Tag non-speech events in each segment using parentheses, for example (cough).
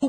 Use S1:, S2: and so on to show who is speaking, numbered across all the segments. S1: O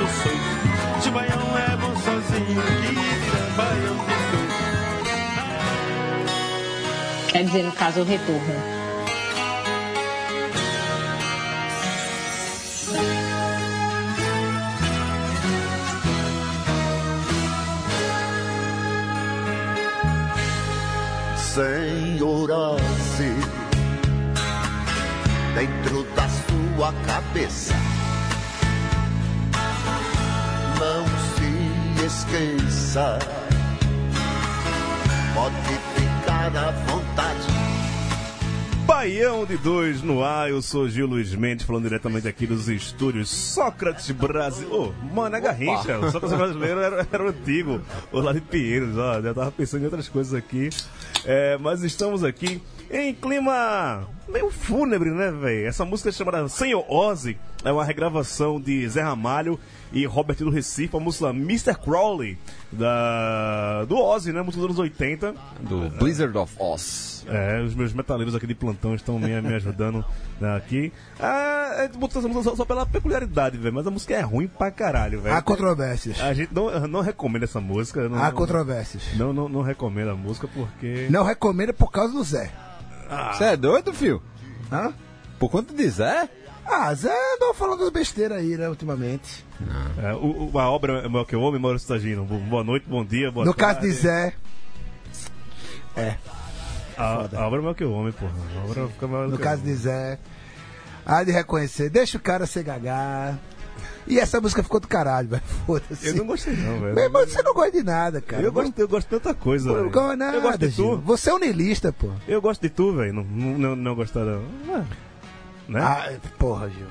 S2: Eu sei, de baião é bom sozinho que baião de
S3: Quer dizer, no caso, o retorno.
S4: Senhora, se dentro da sua cabeça não se esqueça, pode ficar à vontade.
S2: Baião de dois no ar, eu sou Gil Luiz Mendes, falando diretamente aqui dos estúdios Sócrates Brasil. Ô, mano, é garrincha, o Sócrates brasileiro era, era o antigo, o Lari Pinheiros, ó, já tava pensando em outras coisas aqui. É, mas estamos aqui em clima meio fúnebre, né, velho? Essa música chamada Senhor Ozzy é uma regravação de Zé Ramalho e Robert do Recife, a música Mr. Crowley, da, do Ozzy, né, música dos anos 80.
S5: do Blizzard of Oz.
S2: É, os meus metaleiros aqui de plantão estão me, me ajudando né, aqui. Ah, é, botou essa música só, só pela peculiaridade, velho. Mas a música é ruim pra caralho, velho.
S6: Há controvérsias.
S2: A gente não, não recomenda essa música. Não,
S6: Há controvérsias.
S2: não, não, não recomenda a música porque.
S6: Não recomendo por causa do Zé.
S5: Você é doido, fio?
S6: Hã?
S5: Por é? quanto de Zé?
S6: Ah, Zé andou falando besteira aí, né, ultimamente.
S2: É, o, o- a obra é maior que o homem, Maurício Sagino. Bo- Boa noite, bom dia, boa
S6: no
S2: tarde.
S6: caso de Zé,
S2: A, a obra é maior que o homem, porra. A obra fica maior
S6: no
S2: que
S6: caso
S2: o
S6: de Zé, há de reconhecer, deixa o cara ser gagá. E essa música ficou do caralho, velho. Foda-se.
S2: Eu não gostei, não, velho.
S6: Meu irmão, você não gosta de nada, cara.
S2: Eu gosto, eu gosto de tanta coisa.
S6: Eu
S2: velho.
S6: não gosto de nada,
S2: eu gosto de
S6: Gil.
S2: tu.
S6: Você é um niilista, pô.
S2: Eu gosto de tu, velho. Não, não, não gostar, não. Ah, Né?
S6: Ah, porra, Gil.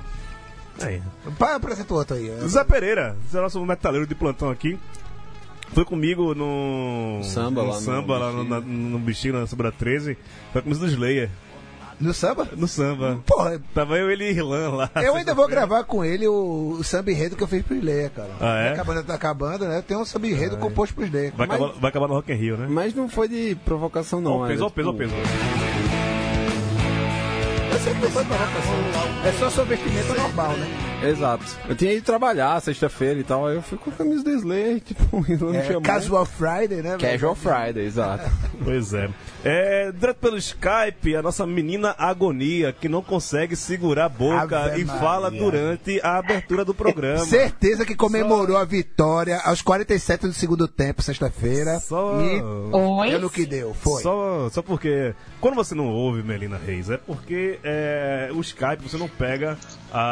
S2: Aí.
S6: Pai, apresenta outro aí. né?
S2: Zé Pereira, Zé nosso metaleiro de plantão aqui. Foi comigo no.
S5: Samba
S2: no
S5: lá no
S2: samba lá no,
S5: Bichinho.
S2: na, no bichinho, na Sobra 13. Foi com o dos Slayer,
S6: No samba?
S2: no samba.
S6: Porra,
S2: Tava eu, ele e Irlan lá.
S6: Eu ainda vou gravar com ele o, o samba enredo que eu fiz pro Ileia, cara.
S2: Ah, é? Ah,
S6: A banda tá acabando, né? Tem um samba enredo composto pro Ileia.
S2: Vai, acabar, vai acabar no Rock in Rio, né?
S5: Mas não foi de provocação, não.
S2: Ó,
S5: era,
S2: pesou,
S5: tipo,
S2: pesou, pesou.
S6: Eu sei que não foi pra vocação. É só sobre vestimenta normal, né?
S5: Exato. Eu tinha ido trabalhar sexta-feira e tal, aí eu fui com a camisa do Slayer, (laughs) tipo, e não me
S6: É,
S5: chamou.
S6: casual Friday, né? velho?
S5: Casual Friday, exato.
S2: Pois é. é. Direto pelo Skype, a nossa menina Agonia, que não consegue segurar a boca
S6: Ave
S2: e fala
S6: Maria.
S2: durante a abertura do programa.
S6: Certeza que comemorou a vitória aos 47 do segundo tempo, sexta-feira.
S2: Só-
S6: E
S3: Oi?
S6: pelo que deu, foi.
S2: Só, só porque. Quando você não ouve Melina Reis, é porque é, o Skype você não pega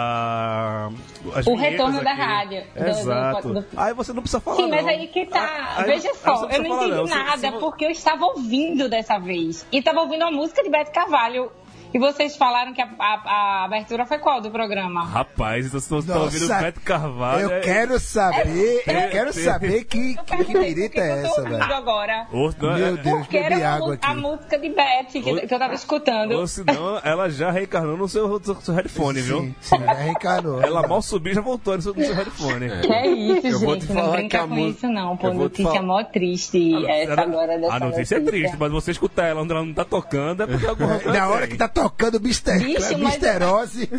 S2: a. as
S3: O
S2: vinhetas
S3: retorno da
S2: aqui.
S3: rádio, do- do-
S2: Exato.
S3: do-
S2: Aí você não precisa falar.
S3: Sim, mas
S2: não.
S3: aí que tá.
S2: Aí-
S3: Veja
S2: aí você
S3: só, eu
S2: precisa
S3: não
S2: falar,
S3: entendi
S2: Se-
S3: nada,
S2: se-
S3: porque eu estava ouvindo dessa vez. E estava ouvindo uma música de Beto Carvalho. E vocês falaram que a, a- a abertura foi qual do programa?
S2: Rapaz, então você tá
S6: Nossa,
S2: ouvindo o Beto Carvalho.
S6: Eu
S2: é-
S6: quero saber,
S2: É, (laughs)
S6: eu quero
S2: tem-
S6: saber que,
S3: Eu
S6: que, que
S3: perguntei por
S6: birita
S3: eu
S6: é
S3: tô
S6: essa,
S3: ouvindo
S6: velho.
S3: agora.
S2: Ou, não,
S6: Meu
S2: é-
S6: Deus.
S3: Porque
S6: bebi
S3: era a,
S6: água
S3: mu-
S6: aqui.
S3: a música de Beth que,
S2: Ou-
S3: que eu tava escutando.
S2: Ou senão ela já reencarnou no seu, seu, seu headphone, viu?
S6: Sim, sim, já reencarnou.
S2: Ela mal subiu e já voltou no seu, no seu headphone.
S3: Que é isso,
S5: Eu
S3: gente.
S5: vou te
S3: não
S5: falar
S3: brinca
S5: que a
S3: com
S5: mu-
S3: isso, não. Pô,
S5: eu vou te
S3: notícia mó
S5: falar-
S3: triste.
S2: Ah,
S3: essa
S2: Ela-
S3: agora dessa
S2: a notícia é triste, mas você escutar ela onde ela não tá tocando é porque alguma coisa.
S6: (laughs) Na hora
S2: tem.
S6: que tá tocando Mister,
S3: Bicho, mas- é- (laughs)
S6: Misterose,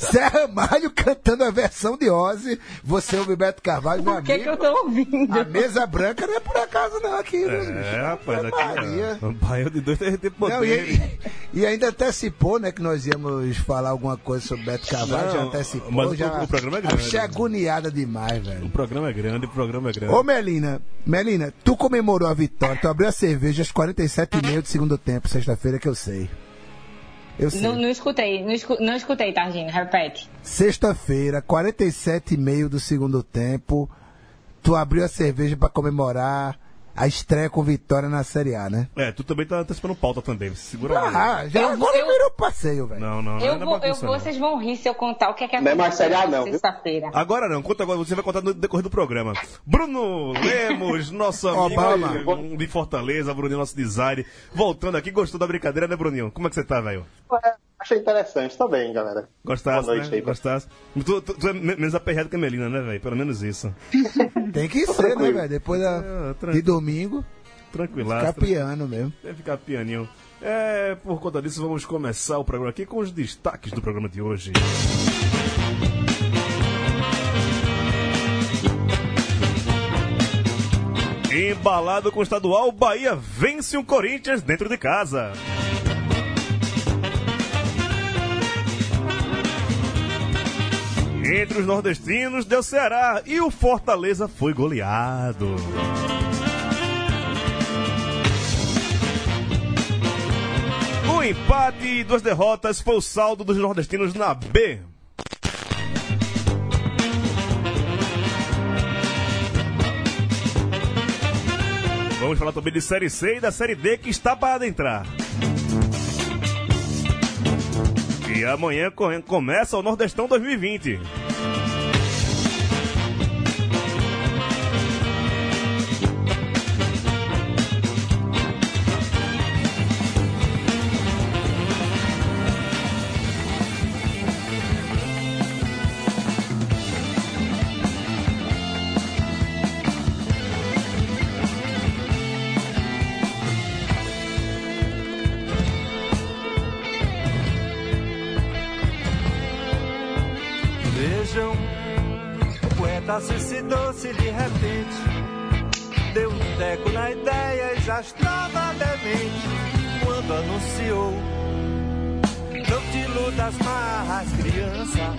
S6: Zé Ramalho cantando a versão de Ozzy, você ouve Beto Carvalho, meu
S3: Por que, que eu
S6: amigo.
S3: tô ouvindo?
S6: A mesa branca não é por acaso não aqui, né, bicho?
S2: É, rapaz, aqui.
S6: Maria.
S2: ó, O baião de dois tem tem poder.
S6: Não, e, e ainda antecipou, né, que nós íamos falar alguma coisa sobre Beto Carvalho,
S2: Não,
S6: já antecipou.
S2: mas o-
S6: já...
S2: o programa é grande.
S6: Eu Achei agoniada demais,
S2: O
S6: velho.
S2: programa é grande, o programa é grande.
S6: Ô Melina, Melina, tu comemorou a vitória, tu abriu a cerveja às 47h30 do segundo tempo, sexta-feira, que eu sei. Eu sei.
S3: Não, não escutei, não, escu- não escutei, Targino, repete.
S6: Sexta-feira, 47 e meio do segundo tempo. Tu abriu a cerveja pra comemorar a estreia com vitória na Série A, né?
S2: É, tu também tá antecipando pauta também. Segura aí.
S6: Ah, já
S3: Eu-
S6: agora
S3: eu-
S6: virou passeio, velho.
S2: Não, não, não.
S3: Eu
S2: não é
S3: vou, eu
S2: bagunça,
S3: vou,
S2: não.
S3: vocês vão rir se eu contar o que é que
S7: Não é mais
S3: aconteceu
S7: seriado,
S3: na
S7: não, viu?
S3: sexta-feira.
S2: Agora não, conta agora, você vai contar no decorrer do programa. Bruno Lemos, nosso amigo
S6: Obama.
S2: aí, um de Fortaleza, Bruninho, nosso design. Voltando aqui, gostou da brincadeira, né, Bruninho? Como é que você tá, velho?
S7: É, Achei interessante também, galera.
S2: Gostasse,
S7: Boa noite
S2: né?
S7: aí,
S2: Gostasse. Tu, tu- tu é me- menos aperreado que a Melina, né, velho? Pelo menos isso.
S6: Tem que ser, né,
S7: tranquilo.
S6: velho? Depois da,
S2: É, tranquilo.
S6: de domingo, ficar
S2: Tranquilaço.
S6: piano mesmo.
S2: Deve ficar pianinho. É, por conta disso, vamos começar o programa aqui com os destaques do programa de hoje. Embalado com o estadual, o Bahia vence o Corinthians dentro de casa. Entre os nordestinos, deu Ceará e o Fortaleza foi goleado. Um empate e duas derrotas foi o saldo dos nordestinos na B. Vamos falar também de Série C e da Série D que está para adentrar. E amanhã co- começa o Nordestão 2020.
S8: Vejam, o poeta suicidou-se de repente. Deu um teco na ideia e já estava demente quando anunciou. Não te das marras, criança.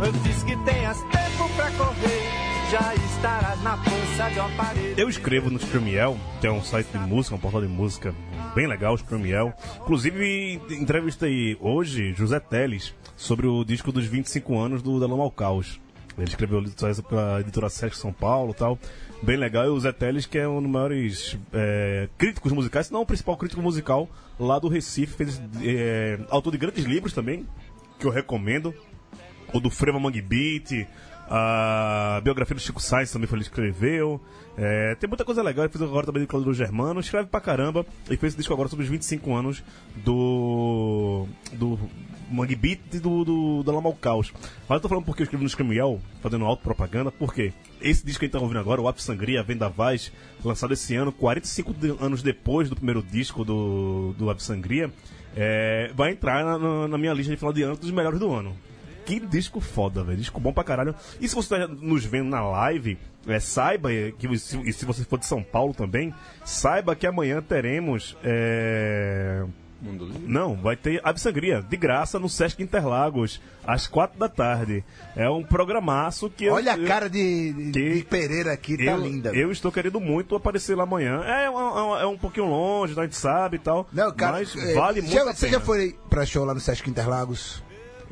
S8: Antes que tenhas tempo pra correr, já estarás na força de um uma parede.
S2: Eu escrevo no Scrumiel, que é um site de música, um portal de música bem legal, o Scrumiel. Inclusive, entrevistei hoje José Teles sobre o disco dos 25 anos do Dalão ao Caos. Ele escreveu só isso pra editora Sesc São Paulo e tal. Bem legal. E o Zé Teles, que é um dos maiores é, críticos musicais, se não o principal crítico musical lá do Recife. Fez, é, autor de grandes livros também, que eu recomendo o do Frema Mangue Beat, a biografia do Chico Sainz também foi ele que escreveu. É, tem muita coisa legal, ele fez agora também do Claudio Germano, escreve pra caramba, e fez esse disco agora sobre os 25 anos do. do Mangue Beat e do, do, do Lama ao Caos. Mas eu tô falando porque eu escrevo no Scramiel, fazendo autopropaganda, porque esse disco que a gente tá ouvindo agora, o Apo Sangria, Vendavaz, lançado esse ano, 45 de- anos depois do primeiro disco do, do Apo Sangria, é, vai entrar na- na, na minha lista de final de ano dos melhores do ano. Que disco foda, velho. Disco bom pra caralho. E se você tá nos vendo na live, é, saiba é, que se- e se você for de São Paulo também, saiba que amanhã teremos. é, Não, vai ter Absangria, de graça, no Sesc Interlagos, às quatro da tarde. É um programaço que eu-
S6: Olha
S2: eu,
S6: a cara de, de-
S2: que-
S6: de Pereira aqui, tá
S2: eu,
S6: linda.
S2: Eu estou querendo muito aparecer lá amanhã. É, um- é um- é um pouquinho longe, a gente sabe e tal.
S6: Não, cara,
S2: mas
S6: é,
S2: vale
S6: já-
S2: muito. a
S6: Você
S2: pena.
S6: já foi pra show lá no Sesc Interlagos?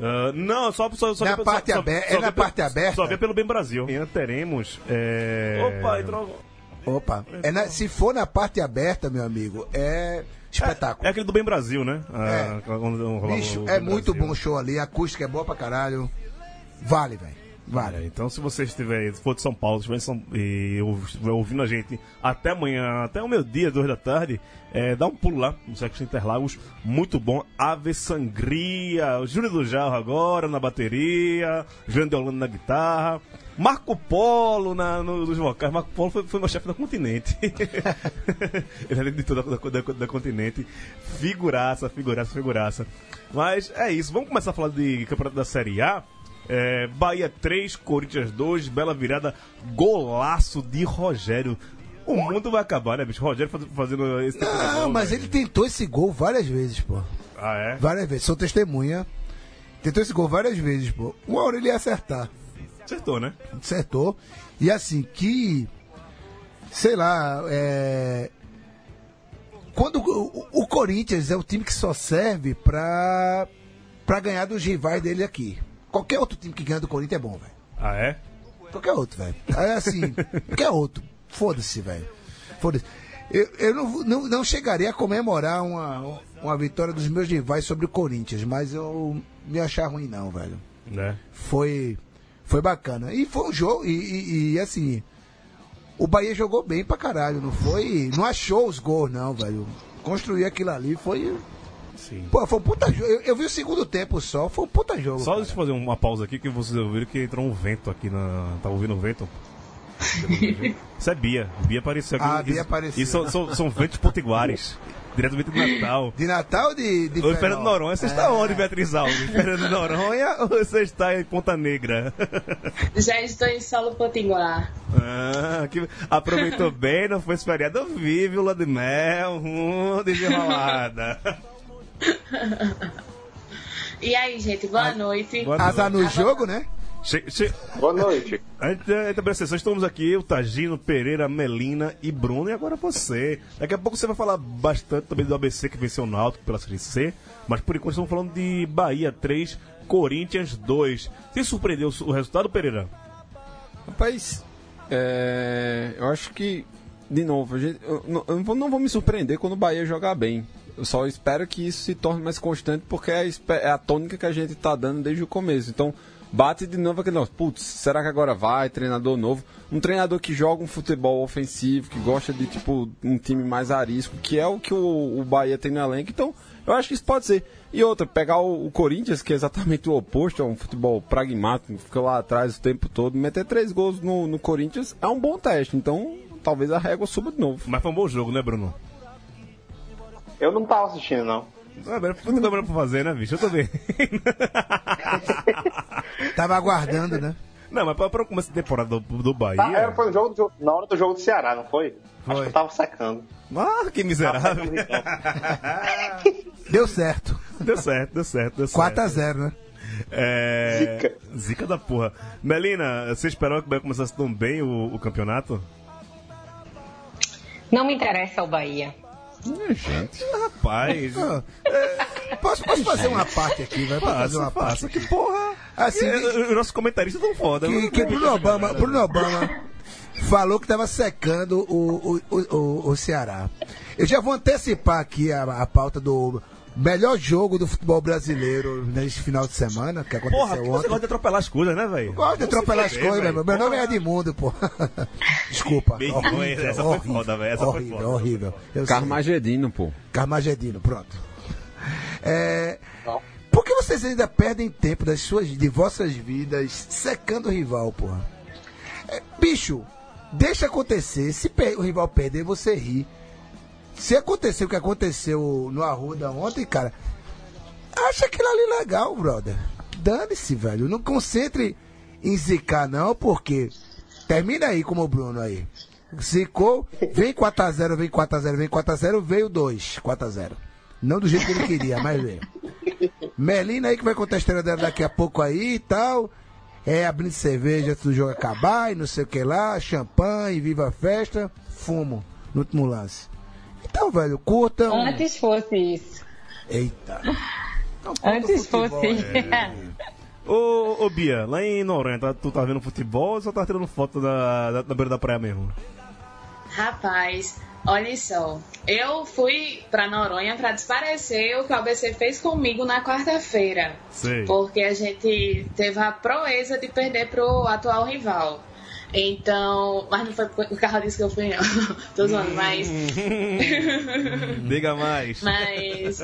S2: Ah, não, só, só, só
S6: Na
S2: só-
S6: parte
S2: só-
S6: aberta-
S2: só
S6: é na
S2: vê pelo-
S6: parte aberta?
S2: Só vê pelo Bem Brasil. Amanhã Então, teremos. É...
S5: Opa,
S2: entrou.
S6: Opa. É na- se for na parte aberta, meu amigo, é
S2: É
S6: espetáculo.
S2: aquele do Bem Brasil, né?
S6: É. Bicho, é muito bom o show ali, a acústica é boa pra caralho. Vale, velho. Vale.
S2: então, se você estiver, se for de São Paulo, estiver em São, e ou- estiver ouvindo a gente até amanhã, até o meio-dia, duas da tarde, é, dá um pulo lá no Sexo Interlagos. Muito bom. Ave Sangria, o Júlio do Jarro agora na bateria, Júlio de Holanda na guitarra. Marco Polo na, no- nos vocais. Marco Polo foi, foi meu chefe da Continente. (laughs) Ele era editor da, da, da, da Continente. Figuraça, figuraça, figuraça. Mas é isso. Vamos começar a falar de campeonato da Série A. É, Bahia 3, Corinthians 2, bela virada, golaço de Rogério. O mundo vai acabar, né, bicho? Rogério faz- fazendo esse tipo de
S6: Não,
S2: gol,
S6: Ah, mas
S2: velho.
S6: ele tentou esse gol várias vezes, pô.
S2: Ah, é?
S6: Várias vezes. Sou testemunha. Tentou esse gol várias vezes, pô. Uma hora ele ia acertar.
S2: Acertou, né?
S6: acertou. E assim, que. Sei lá, é. Quando o, o- o Corinthians é o time que só serve pra, pra ganhar dos rivais dele aqui. Qualquer outro time que ganha do Corinthians é bom, velho.
S2: Ah, é?
S6: Qualquer outro, velho. É assim, qualquer outro. é Foda-se, velho. foda-se. Eu, eu não, não, não chegaria a comemorar uma, uma vitória dos meus rivais sobre o Corinthians, mas eu me achar ruim não, velho.
S2: Né?
S6: Foi, foi bacana. E foi um jogo, e, e- e, assim, o Bahia jogou bem pra caralho, não foi? Não achou os gols não, velho. Construir aquilo ali foi...
S2: Sim.
S6: Pô, foi um puta jogo. Eu, eu vi o segundo tempo só, foi um puta jogo.
S2: Só
S6: cara.
S2: deixa eu fazer uma pausa aqui que vocês ouviram que entrou um vento aqui na. Tá ouvindo o
S6: (laughs)
S2: vento? Isso é Bia. Bia apareceu aqui.
S6: Ah, Bia
S2: Isso-
S6: apareceu.
S2: Isso são, são, são ventos potiguares. Diretamente do Natal.
S6: De Natal de, de É.
S2: Ô, Fernando Noronha, você está onde, Beatriz Alves? Fernando Noronha ou você está em Ponta Negra?
S9: Já estou em solo potiguar.
S2: Ah, que... Aproveitou bem, não foi esse feriado. Eu vi, viu, Lua de Mel, hum, desenrolada.
S9: E aí, gente, boa noite.
S2: Ah, Boa
S6: Azar
S2: noite.
S6: no jogo, né?
S2: Che- che-
S7: Boa noite.
S2: Antes da antes da sessão, tá estamos aqui, eu, Tagino, Pereira, Melina e Bruno, e agora você. Daqui a pouco você vai falar bastante também do ABC que venceu o Náutico pela Série C, mas por enquanto estamos falando de Bahia 3, Corinthians 2. Você surpreendeu o resultado, Pereira?
S5: Rapaz, é, eu acho que, de novo, a gente- eu, não- eu não vou- não vou me surpreender quando o Bahia jogar bem. Eu só espero que isso se torne mais constante, porque é a, espe- é a tônica que a gente tá dando desde o começo. Então, bate de novo aquele negócio. Putz, será que agora vai? Treinador novo. Um treinador que joga um futebol ofensivo, que gosta de, tipo, um time mais arisco, que é o que o, o Bahia tem no elenco. Então, eu acho que isso pode ser. E outra, pegar o, o Corinthians, que é exatamente o oposto, é um futebol pragmático, fica lá atrás o tempo todo, meter três gols no, no Corinthians é um bom teste. Então, talvez a régua suba de novo.
S2: Mas foi um bom jogo, né, Bruno?
S7: Eu não tava assistindo, não.
S2: Ah, mas puta câmera pra fazer, né, bicho? Eu também.
S6: Tava aguardando, né?
S2: (laughs) Não, mas pra, pra o começo da temporada do, do
S7: Tá,
S2: Bahia.
S7: era, foi no jogo do, na hora do jogo do Ceará, não foi? Acho que eu tava secando.
S2: Ah, que
S7: Tava
S2: miserável.
S7: secando em campo.
S6: Deu certo.
S2: Deu certo, deu certo, deu certo.
S6: 4x0, né?
S2: É...
S7: Zica.
S2: Zica da porra. Melina, você esperava que o Bahia começasse tão bem o, o campeonato?
S3: Não me interessa o Bahia.
S2: Rapaz.
S6: Ah, é, posso, posso fazer uma parte aqui, vai? Posso fazer
S2: Passa,
S6: uma
S2: passa.
S6: parte?
S2: Que porra.
S6: Assim,
S2: É, Os nossos comentaristas tão foda.
S6: que, que Bruno Obama, Bruno Obama falou que tava secando o, o, o, o Ceará. Eu já vou antecipar aqui a, a pauta do melhor jogo do futebol brasileiro nesse final de semana, que aconteceu
S2: Porra, porque você
S6: ontem.
S2: gosta de atropelar as coisas, né, velho?
S6: Gosto de atropelar as
S2: Se
S6: coisas,
S2: fuder,
S6: meu. Meu
S2: velho.
S6: nome é Edmundo, pô. (laughs) Desculpa.
S2: Bem,
S6: horrível,
S2: essa foi
S6: horrível,
S2: foda, velho. Essa foi
S6: horrível,
S2: foda.
S6: horrível. Eu sei.
S5: Carmagedino, pô.
S6: Carmagedino, pronto. É, por que vocês ainda perdem tempo das suas, de vossas vidas secando o rival, porra? É, bicho, deixa acontecer. Se per- o rival perder, você ri. Se acontecer o que aconteceu no Arruda ontem, cara, acha aquilo ali legal, brother. Dane-se, velho. Não concentre em zicar, não, porque termina aí como o Bruno aí. Zicou, vem 4x0, vem 4x0, vem 4x0, veio 2, 4x0. Não do jeito que ele queria, mas veio. Melina aí que vai contar a história dela daqui a pouco aí e tal. É, abrindo cerveja antes do jogo acabar e não sei o que lá, champanhe, viva a festa, fumo no último lance. Então, velho, curta. um-
S3: Antes fosse isso.
S6: Eita. Então, curta o
S3: Antes
S6: futebol
S2: é.
S3: fosse.
S6: aí.
S2: Ô, ô, Bia, lá em Noronha, tá- tu tá vendo futebol ou só tá tirando foto da, da, da beira da praia mesmo?
S9: Rapaz, olha só. Eu fui pra Noronha pra desparecer o que o ABC fez comigo na quarta-feira.
S2: Sei.
S9: Porque a gente teve a proeza de perder pro atual rival. Então, mas não foi o carro disse que eu fui, não. (laughs) Tô zoando, mas
S2: Diga mais.
S9: Mas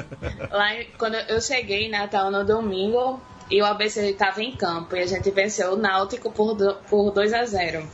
S9: lá em- quando eu cheguei né, em Natal no domingo e o ABC estava em campo e a gente venceu o Náutico por, do- por 2 a 0.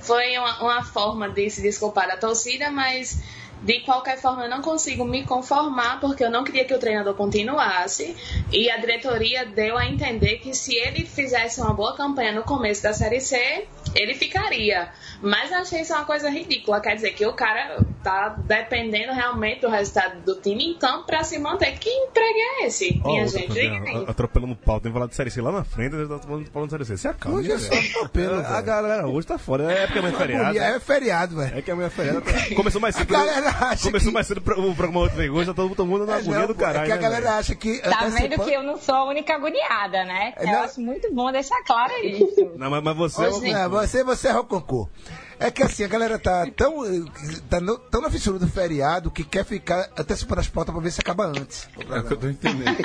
S9: Foi uma, uma forma de se desculpar da torcida, mas de qualquer forma eu não consigo me conformar porque eu não queria que o treinador continuasse e a diretoria deu a entender que se ele fizesse uma boa campanha no começo da Série C, ele ficaria. Mas eu achei isso uma coisa ridícula. Quer dizer, que o cara tá dependendo realmente do resultado do time em campo pra se manter. Que emprego é esse?
S2: Ó,
S9: minha
S2: outra
S9: gente,
S2: coisa,
S9: Diga aí.
S2: a- atropelando o pau, tem que falar de série C lá na frente, tá falando falando de série C. Se acalma,
S6: Hoje é só
S2: né, velho.
S6: atropelo,
S2: A
S6: velho.
S2: galera hoje tá fora, é porque é mais feriado.
S6: É feriado, velho.
S2: É que a minha feriada tá... começou mais cedo.
S6: galera acha
S2: começou
S6: que-
S2: mais cedo pro- o programa outro vez. Hoje tá todo todo mundo na
S6: É,
S2: agonia
S6: não,
S2: do
S6: pô, é
S2: caralho.
S6: que a
S2: né,
S6: galera
S2: velho?
S6: acha que.
S3: Tá vendo
S6: antecipando-
S3: que eu não sou a única agoniada, né?
S6: É,
S3: Eu
S6: não.
S3: acho muito bom deixar claro isso. assim?
S2: Não, mas, mas você. é
S9: Hoje-
S2: uma-
S6: É, você, você é o concurso. É que assim, a galera tá tão, eh, tá no- tão na fissura do feriado que quer ficar antecipando as pautas pra ver se acaba antes. o
S5: É o
S6: programa.
S5: que eu tô entendendo.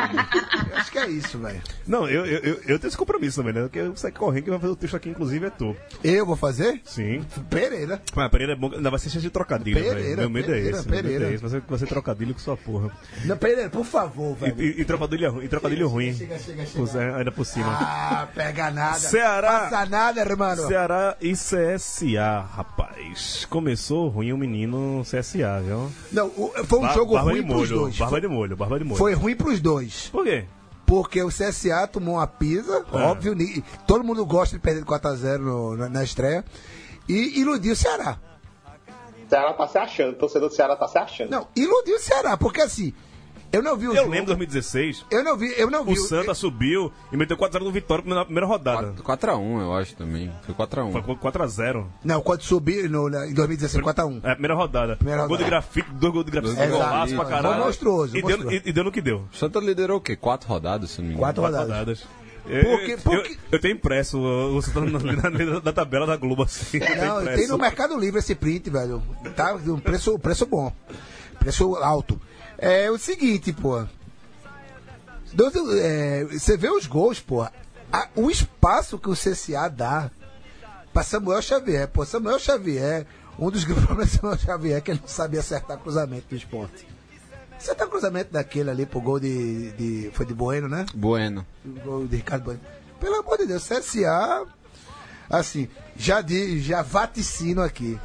S6: Acho que é isso, velho.
S2: Não, eu, eu, eu, eu tenho esse compromisso também, né? Porque eu saio correndo, quem vai fazer o texto aqui, inclusive, é tu.
S6: Eu vou fazer?
S2: Sim.
S6: Pereira.
S2: Ah, Pereira é bom. Ainda vai ser cheio de trocadilho,
S6: Pereira,
S2: velho. Meu medo
S6: Pereira,
S2: é esse. Meu medo
S6: Pereira.
S2: é esse. Vai ser, vai ser trocadilho com sua porra.
S6: Não, Pereira, por favor,
S2: E,
S6: velho.
S2: e, e trocadilho, ru- e trocadilho ruim.
S6: chega, chega, chega.
S2: Pois é, ainda por cima.
S6: Ah, pega nada.
S2: Ceará.
S6: Passa nada, hermano.
S2: Ceará e CSA, rapaz. Começou ruim o menino CSA, viu?
S6: Não, o- foi um
S2: Ba-
S6: jogo
S2: barba
S6: ruim
S2: de
S6: pros
S2: molho,
S6: dois.
S2: barba de molho, barba de molho.
S6: Foi ruim pros dois.
S2: Por quê?
S6: Porque o CSA tomou uma pisa,
S2: É.
S6: óbvio, ni- todo mundo gosta de perder de 4x0 no- na, na estreia. E iludiu o Ceará.
S7: O Ceará tá se achando, o torcedor do Ceará tá se achando.
S6: Não, iludiu o Ceará, porque assim, eu não vi o
S2: Eu
S6: jogo.
S2: lembro de 2016.
S6: Eu não vi, eu não vi.
S2: O Santa subiu e meteu 4x0 no Vitória na primeira rodada.
S5: 4x1, eu acho também. Foi 4x1.
S2: Foi 4x0.
S6: Não, quando subiu no, na- em 2016, 4x1.
S2: É, primeira rodada.
S6: Primeira
S2: Gol de
S6: rodada.
S2: grafite, dois gols de grafite,
S5: Exato.
S2: golaço pra
S5: Foi
S2: caralho.
S6: monstruoso,
S2: E deu,
S6: monstruoso.
S2: e, e deu no que deu.
S5: O Santa liderou o quê? Quatro rodadas, se não me engano.
S6: Quatro rodadas.
S2: rodadas.
S6: Porque-
S2: eu,
S6: porque-
S2: eu- eu tenho impresso o o Santana na, na- na tabela da Globo assim. eu tenho
S6: Não, tem
S2: impresso.
S6: no Mercado Livre esse print, velho. Tá um preço, um preço bom. Preço alto. É o seguinte, pô. Dois- é, Você vê os gols, pô. A- O espaço que o CCA dá pra Samuel Xavier. Pô, Samuel Xavier, um dos (laughs) grandes problemas de Samuel Xavier é que ele não sabia acertar cruzamento do esporte. Acertar cruzamento daquele ali pro gol de. de foi de Bueno, né?
S5: Bueno.
S6: o gol de Ricardo Bueno. Pelo amor de Deus, CSA, assim, já, di, já vaticino aqui.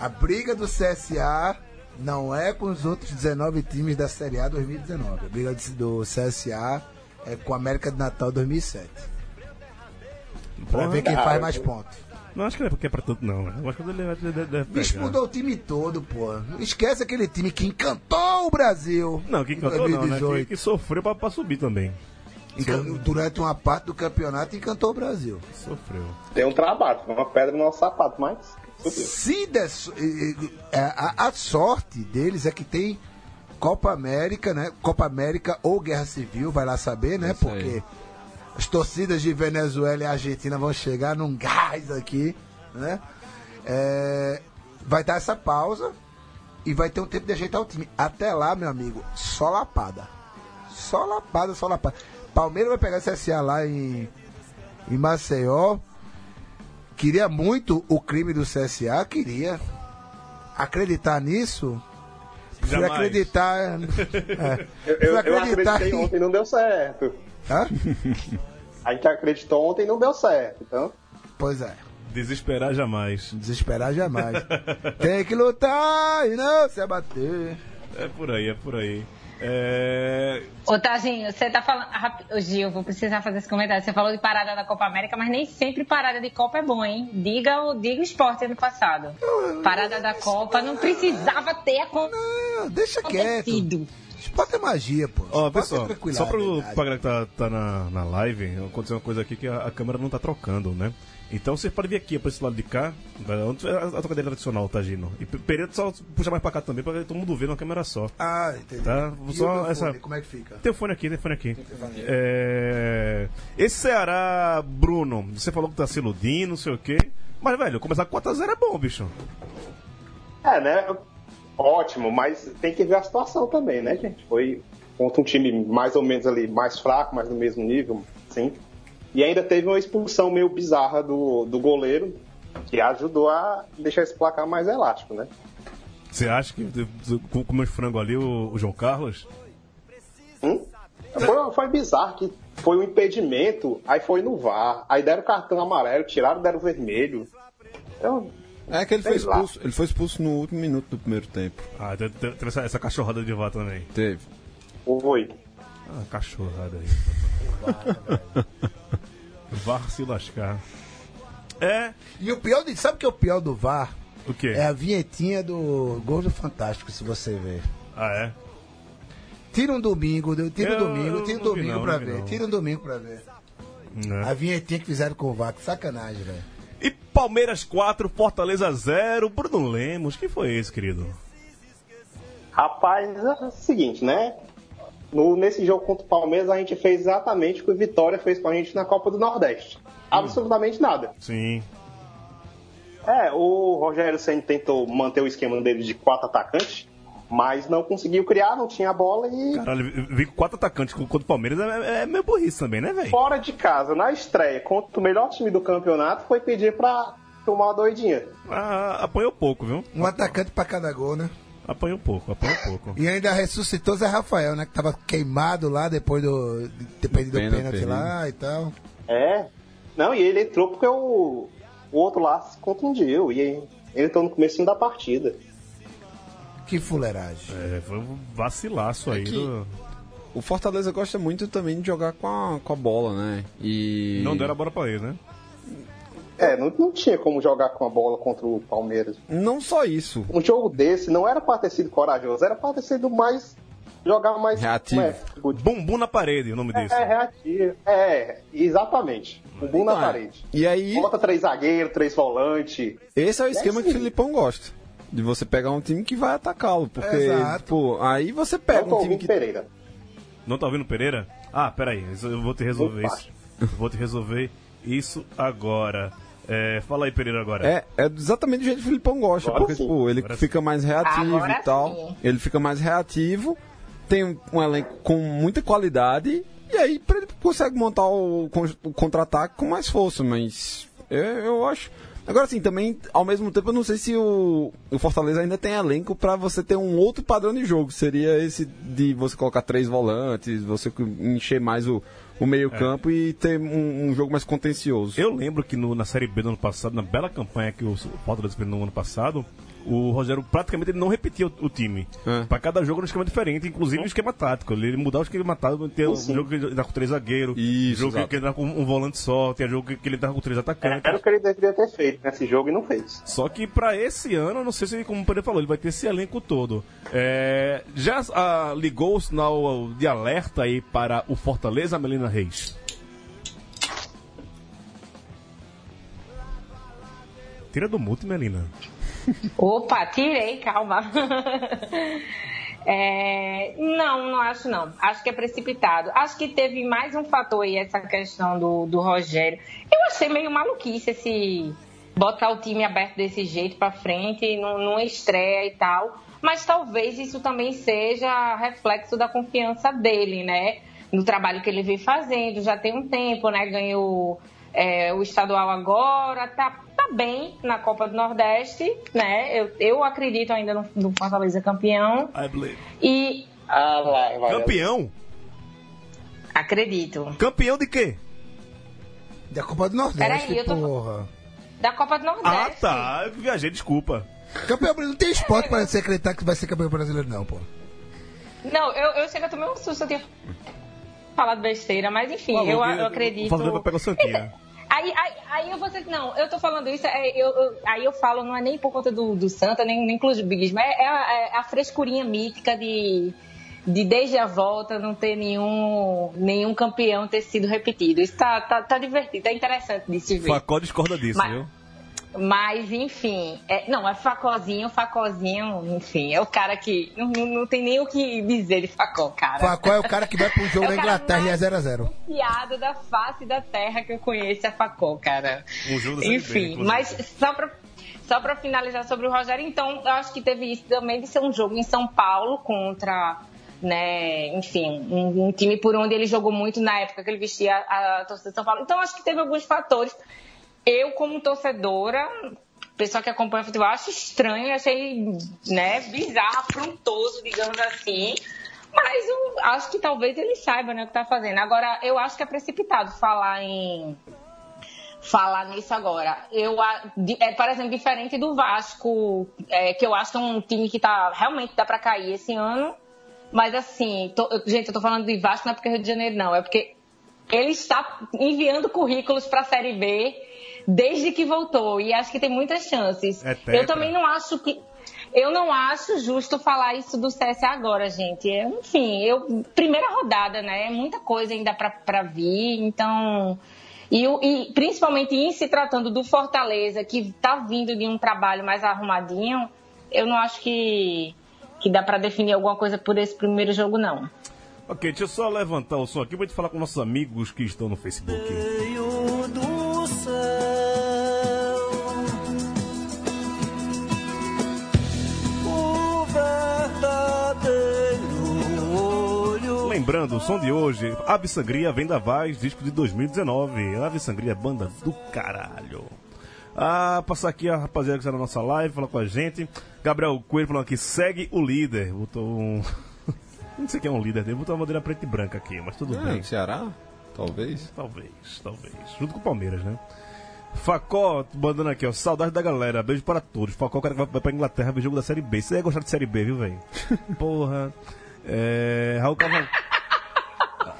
S6: A briga do CSA não é com os outros 19 times da Série A 2019. A briga de- do CSA é com a América de Natal 2007. Pra ver
S2: ah,
S6: quem faz mais pontos.
S2: Não acho que não é porque é pra tudo, não. né? Eu acho que ele vai- deve, deve
S6: Bicho
S2: pegar.
S6: mudou o time todo, pô. Esquece aquele time que encantou o Brasil.
S2: Não, que
S6: em
S2: cantou não, né? Que,
S6: 2018.
S2: que sofreu pra, pra subir também.
S6: Encan- Durante uma parte do campeonato encantou o Brasil.
S2: Sofreu.
S7: Tem um trabalho, uma pedra no nosso sapato, mas. subiu.
S6: Se der, so- eh, eh, a, a- a sorte deles é que tem Copa América, né? Copa América ou Guerra Civil, vai lá saber, né?
S5: Isso aí.
S6: Porque as torcidas de Venezuela e Argentina vão chegar num gás aqui, né? É, vai dar essa pausa e vai ter um tempo de ajeitar o time. Até lá, meu amigo, só lapada. Só lapada, só lapada. Palmeiras vai pegar CSA lá em, em Maceió. Queria muito o crime do CSA, queria. Acreditar nisso? Prefiro
S2: Jamais. (laughs)
S6: acreditar. É.
S7: Eu, eu,
S6: Prefiro
S7: eu acreditei
S6: em-
S7: ontem e não deu certo.
S6: Hã?
S7: A gente acreditou ontem e não deu certo. Então,
S6: Pois é.
S2: Desesperar jamais.
S6: Desesperar jamais. Tem que lutar e não se abater.
S2: É por aí, é por aí. É...
S3: Ô, Tazinho, você tá falando. rapi- Ô, Gil, vou precisar fazer esse comentário. Você falou de parada da Copa América, mas nem sempre parada de Copa é bom, hein? Diga o, diga o esporte ano passado. Parada da Copa não precisava ter acontecido.
S6: Não, deixa quieto. Esporte é magia, pô.
S2: Ó,
S6: Esporte
S2: pessoal,
S6: é
S2: só pro,
S6: tranquilidade.
S2: pra galera que tá, tá na, na live, aconteceu uma coisa aqui que a, a câmera não tá trocando, né? Então você pode vir aqui, pra esse lado de cá, vai lá onde a, a tocadeira tradicional, tá, Gino? E Pe- Pereira só puxa mais pra cá também, pra todo mundo ver numa câmera só.
S6: Ah, entendi.
S2: Tá,
S6: E
S2: só
S6: o meu
S2: essa-
S6: fone, como é que fica?
S2: Tem o fone aqui, tem o fone aqui. É... Esse Ceará, Bruno, você falou que tá se iludindo, não sei o quê. Mas, velho, começar com 4x0 é bom, bicho.
S7: é, né? Ótimo, mas tem que ver a situação também, né, gente? Foi contra um time mais ou menos ali, mais fraco, mas no mesmo nível, sim. E ainda teve uma expulsão meio bizarra do, do goleiro, que ajudou a deixar esse placar mais elástico, né?
S2: Você acha que com com o meu frango ali, o, o João Carlos?
S7: Hum? Foi, foi bizarro que foi um impedimento, aí foi no VAR, aí deram cartão amarelo, tiraram, deram vermelho. Então, Eu,
S5: É que ele foi
S7: Sei lá.
S5: expulso. Ele foi expulso no último minuto do primeiro tempo.
S2: Ah, te- te- teve essa, essa cachorrada de vá também.
S5: Teve.
S7: oi.
S2: Ah, cachorrada aí. Vá se lascar. É,
S6: E o pior de. Sabe o que é o pior do VAR?
S2: o quê?
S6: É a vinhetinha do Gol do Fantástico, se você ver.
S2: Ah, é?
S6: Tira um domingo, tira um
S2: Eu-
S6: domingo,
S2: eu
S6: tira um
S2: não vi
S6: domingo
S2: não,
S6: pra
S2: não vi
S6: ver.
S2: não.
S6: Tira um domingo pra ver.
S2: Né?
S6: A vinhetinha que fizeram com o VAR, que sacanagem, velho.
S2: E Palmeiras 4, Fortaleza 0. Bruno Lemos, que foi esse, querido?
S7: Rapaz, é o seguinte, né? No, nesse jogo contra o Palmeiras, a gente fez exatamente o que o Vitória fez com a gente na Copa do Nordeste. Absolutamente nada.
S2: Sim.
S7: É, o Rogério Senna tentou manter o esquema dele de quatro atacantes, mas não conseguiu criar, não tinha a bola e
S2: Caralho, vi com quatro atacantes contra o Palmeiras é, é- é meio burrice também, né, velho?
S7: fora de casa, na estreia, contra o melhor time do campeonato, foi pedir pra tomar uma doidinha.
S2: Ah, apanhou pouco, viu?
S6: Um atacante pra cada gol, né?
S2: Apanhou pouco, apanhou pouco.
S6: E ainda ressuscitou Zé Rafael, né? Que tava queimado lá depois do. de ter perdido o
S5: Pênalti,
S6: pênalti lá e tal.
S7: É. Não, e ele entrou porque o, o outro lá se contundiu. E ele entrou no comecinho da partida.
S6: Que fuleiragem.
S2: É, foi um vacilaço aí.
S5: que-
S2: do-
S5: O Fortaleza gosta muito também de jogar com a, com a bola, né? E.
S2: Não deram a bola pra ele, né?
S7: É, não, não tinha como jogar com a bola contra o Palmeiras.
S5: Não só isso.
S7: Um jogo desse não era pra ter sido corajoso, era pra ter sido mais. jogar mais.
S5: Reativo.
S7: como é? Good.
S2: Bumbum na parede, o nome disso.
S7: É, reativo. É, exatamente. O boom na
S5: Então, é.
S7: parede.
S5: E aí,
S7: Bota três zagueiros, três volantes.
S5: esse é o esquema que o
S7: sim.
S5: Filipão gosta. De você pegar um time que vai atacá-lo. Porque,
S6: Exato.
S5: tipo, aí você
S7: Não
S5: pega
S7: tô
S5: um time
S7: ouvindo
S5: que.
S7: Pereira.
S2: Não tá ouvindo Pereira? Ah, peraí, isso- eu vou te resolver
S7: Opa.
S2: isso. Eu vou te resolver isso agora. É, fala aí, Pereira, agora.
S5: É, é exatamente do jeito que o Filipão gosta,
S7: Agora
S5: porque
S7: sim.
S5: tipo, ele
S2: Agora
S5: fica mais reativo
S3: Agora
S5: e tal.
S3: sim.
S5: Ele fica mais reativo, tem um- um elenco com muita qualidade, e aí pra ele consegue montar o, con- o contra-ataque com mais força, mas eu, eu acho. Agora sim, também, ao mesmo tempo, eu não sei se o, o Fortaleza ainda tem elenco pra você ter um outro padrão de jogo. Seria esse de você colocar três volantes, você encher mais o, o meio-campo e ter um, um jogo mais contencioso.
S2: Eu lembro que no- na Série B do ano passado, na bela campanha que o Fortaleza fez no ano passado, o Rogério praticamente ele não repetia o, o time.
S5: É.
S2: Pra cada jogo era um esquema diferente, inclusive o esquema tático. Ele mudava o esquema tático, tinha um
S7: Sim.
S2: jogo que ele dava com três zagueiros,
S5: Isso,
S2: jogo que-
S5: exato.
S2: que ele dava com um volante só, tinha jogo que- que ele dava com três atacantes.
S7: Era o que ele deveria ter feito nesse jogo e não fez.
S2: Só que pra esse ano, eu não sei se, como o Pereira falou, ele vai ter esse elenco todo. É, já ah, ligou o sinal de alerta aí para o Fortaleza, Melina Reis? Tira do mute, Melina.
S3: Opa, tirei, calma. É, não, não acho não. Acho que é precipitado. Acho que teve mais um fator aí, essa questão do, do Rogério. Eu achei meio maluquice esse botar o time aberto desse jeito pra frente, num- numa estreia e tal. Mas talvez isso também seja reflexo da confiança dele, né? No trabalho que ele vem fazendo, já tem um tempo, né? Ganhou é, o estadual agora, tá, tá bem na Copa do Nordeste, né? Eu, eu acredito ainda no, no Fortaleza campeão. E
S7: Ah, lá, vai.
S2: Campeão?
S3: acredito.
S2: Campeão de quê?
S3: É.
S6: Da Copa do Nordeste,
S3: Peraí, eu tô-
S6: porra.
S3: Da Copa do
S2: Ah,
S3: Nordeste.
S2: tá. Eu viajei, desculpa.
S6: Campeão brasileiro. Não tem esporte pra você acreditar que vai ser campeão brasileiro, não, pô.
S3: Não, eu, eu sei que eu tomei um susto, eu tinha falado besteira, mas enfim,
S2: Maluco,
S3: eu, eu
S2: O
S3: acredito.
S2: Fortaleza vai pegar o é. Santinha.
S3: Aí, aí, aí eu vou dizer, não, eu tô falando isso, é, eu, eu- aí eu falo, não é nem por conta do, do Santa, nem, nem clubismo, é, é, a- é a frescurinha mítica de, de desde a volta não ter nenhum, nenhum campeão ter sido repetido. Isso tá, tá, tá divertido, tá interessante de se ver.
S2: Facó discorda disso,
S3: Mas-
S2: viu?
S3: Mas, enfim, é- não, é Facozinho, Facozinho, enfim, é o cara que não, não- não tem nem o que dizer de Facó, cara.
S6: Facó é o cara que vai pro jogo
S3: É o
S6: da
S3: cara
S6: Inglaterra e é
S3: mais
S6: 0x0.
S3: piada da face da terra que eu conheço é Facó, cara.
S2: Um jogo da Série B,
S3: Enfim,
S2: inclusive.
S3: mas (laughs) só pra, só pra finalizar sobre o Rogério, então, eu acho que teve isso também de ser um jogo em São Paulo contra, né, enfim, um, um time por onde ele jogou muito na época que ele vestia a, a torcida de São Paulo. Então, acho que teve alguns fatores. Eu, como torcedora, pessoa que acompanha futebol, acho estranho, achei, né, bizarro, afrontoso, digamos assim. Mas eu acho que talvez ele saiba né, o que tá fazendo. Agora, eu acho que é precipitado falar em falar nisso agora. Eu, a- di- é, por exemplo, diferente do Vasco, é, que eu acho que é um time que tá, realmente dá pra cair esse ano. Mas assim, tô- eu- gente, eu tô falando de Vasco não é porque é Rio de Janeiro, não. É porque ele está enviando currículos pra Série B desde que voltou. E acho que tem muitas chances.
S2: É tetra.
S3: eu também não acho que. Eu não acho justo falar isso do CSA agora, gente. É, Enfim, eu primeira rodada, né? É Muita coisa ainda pra- pra vir, então e, o- e principalmente em se tratando do Fortaleza, que está vindo de um trabalho mais arrumadinho, eu não acho que, que dá para definir alguma coisa por esse primeiro jogo, não.
S2: Ok, deixa eu só levantar o som aqui pra gente falar com nossos amigos que estão no Facebook.
S8: meio do céu
S2: Lembrando, o som de hoje, Ave Sangria, Vendavais, disco de 2019. Ave Sangria, banda do caralho. Ah, passar aqui a rapaziada que está na nossa live, falar com a gente. Gabriel Coelho falando aqui, segue o líder. Botou um... (laughs) Não sei quem é um líder dele, botou uma bandeira preta e branca aqui, mas tudo
S5: Ah,
S2: bem.
S5: em Ceará? Talvez.
S2: Talvez, talvez. Junto com o Palmeiras, né? Facó, mandando aqui, ó. Saudade da galera. Beijo para todos. Facó, o cara que vai- vai pra Inglaterra ver jogo da Série B. Você ia gostar de Série B, viu,
S6: (laughs)
S2: velho? Porra. É, Raul, Caval...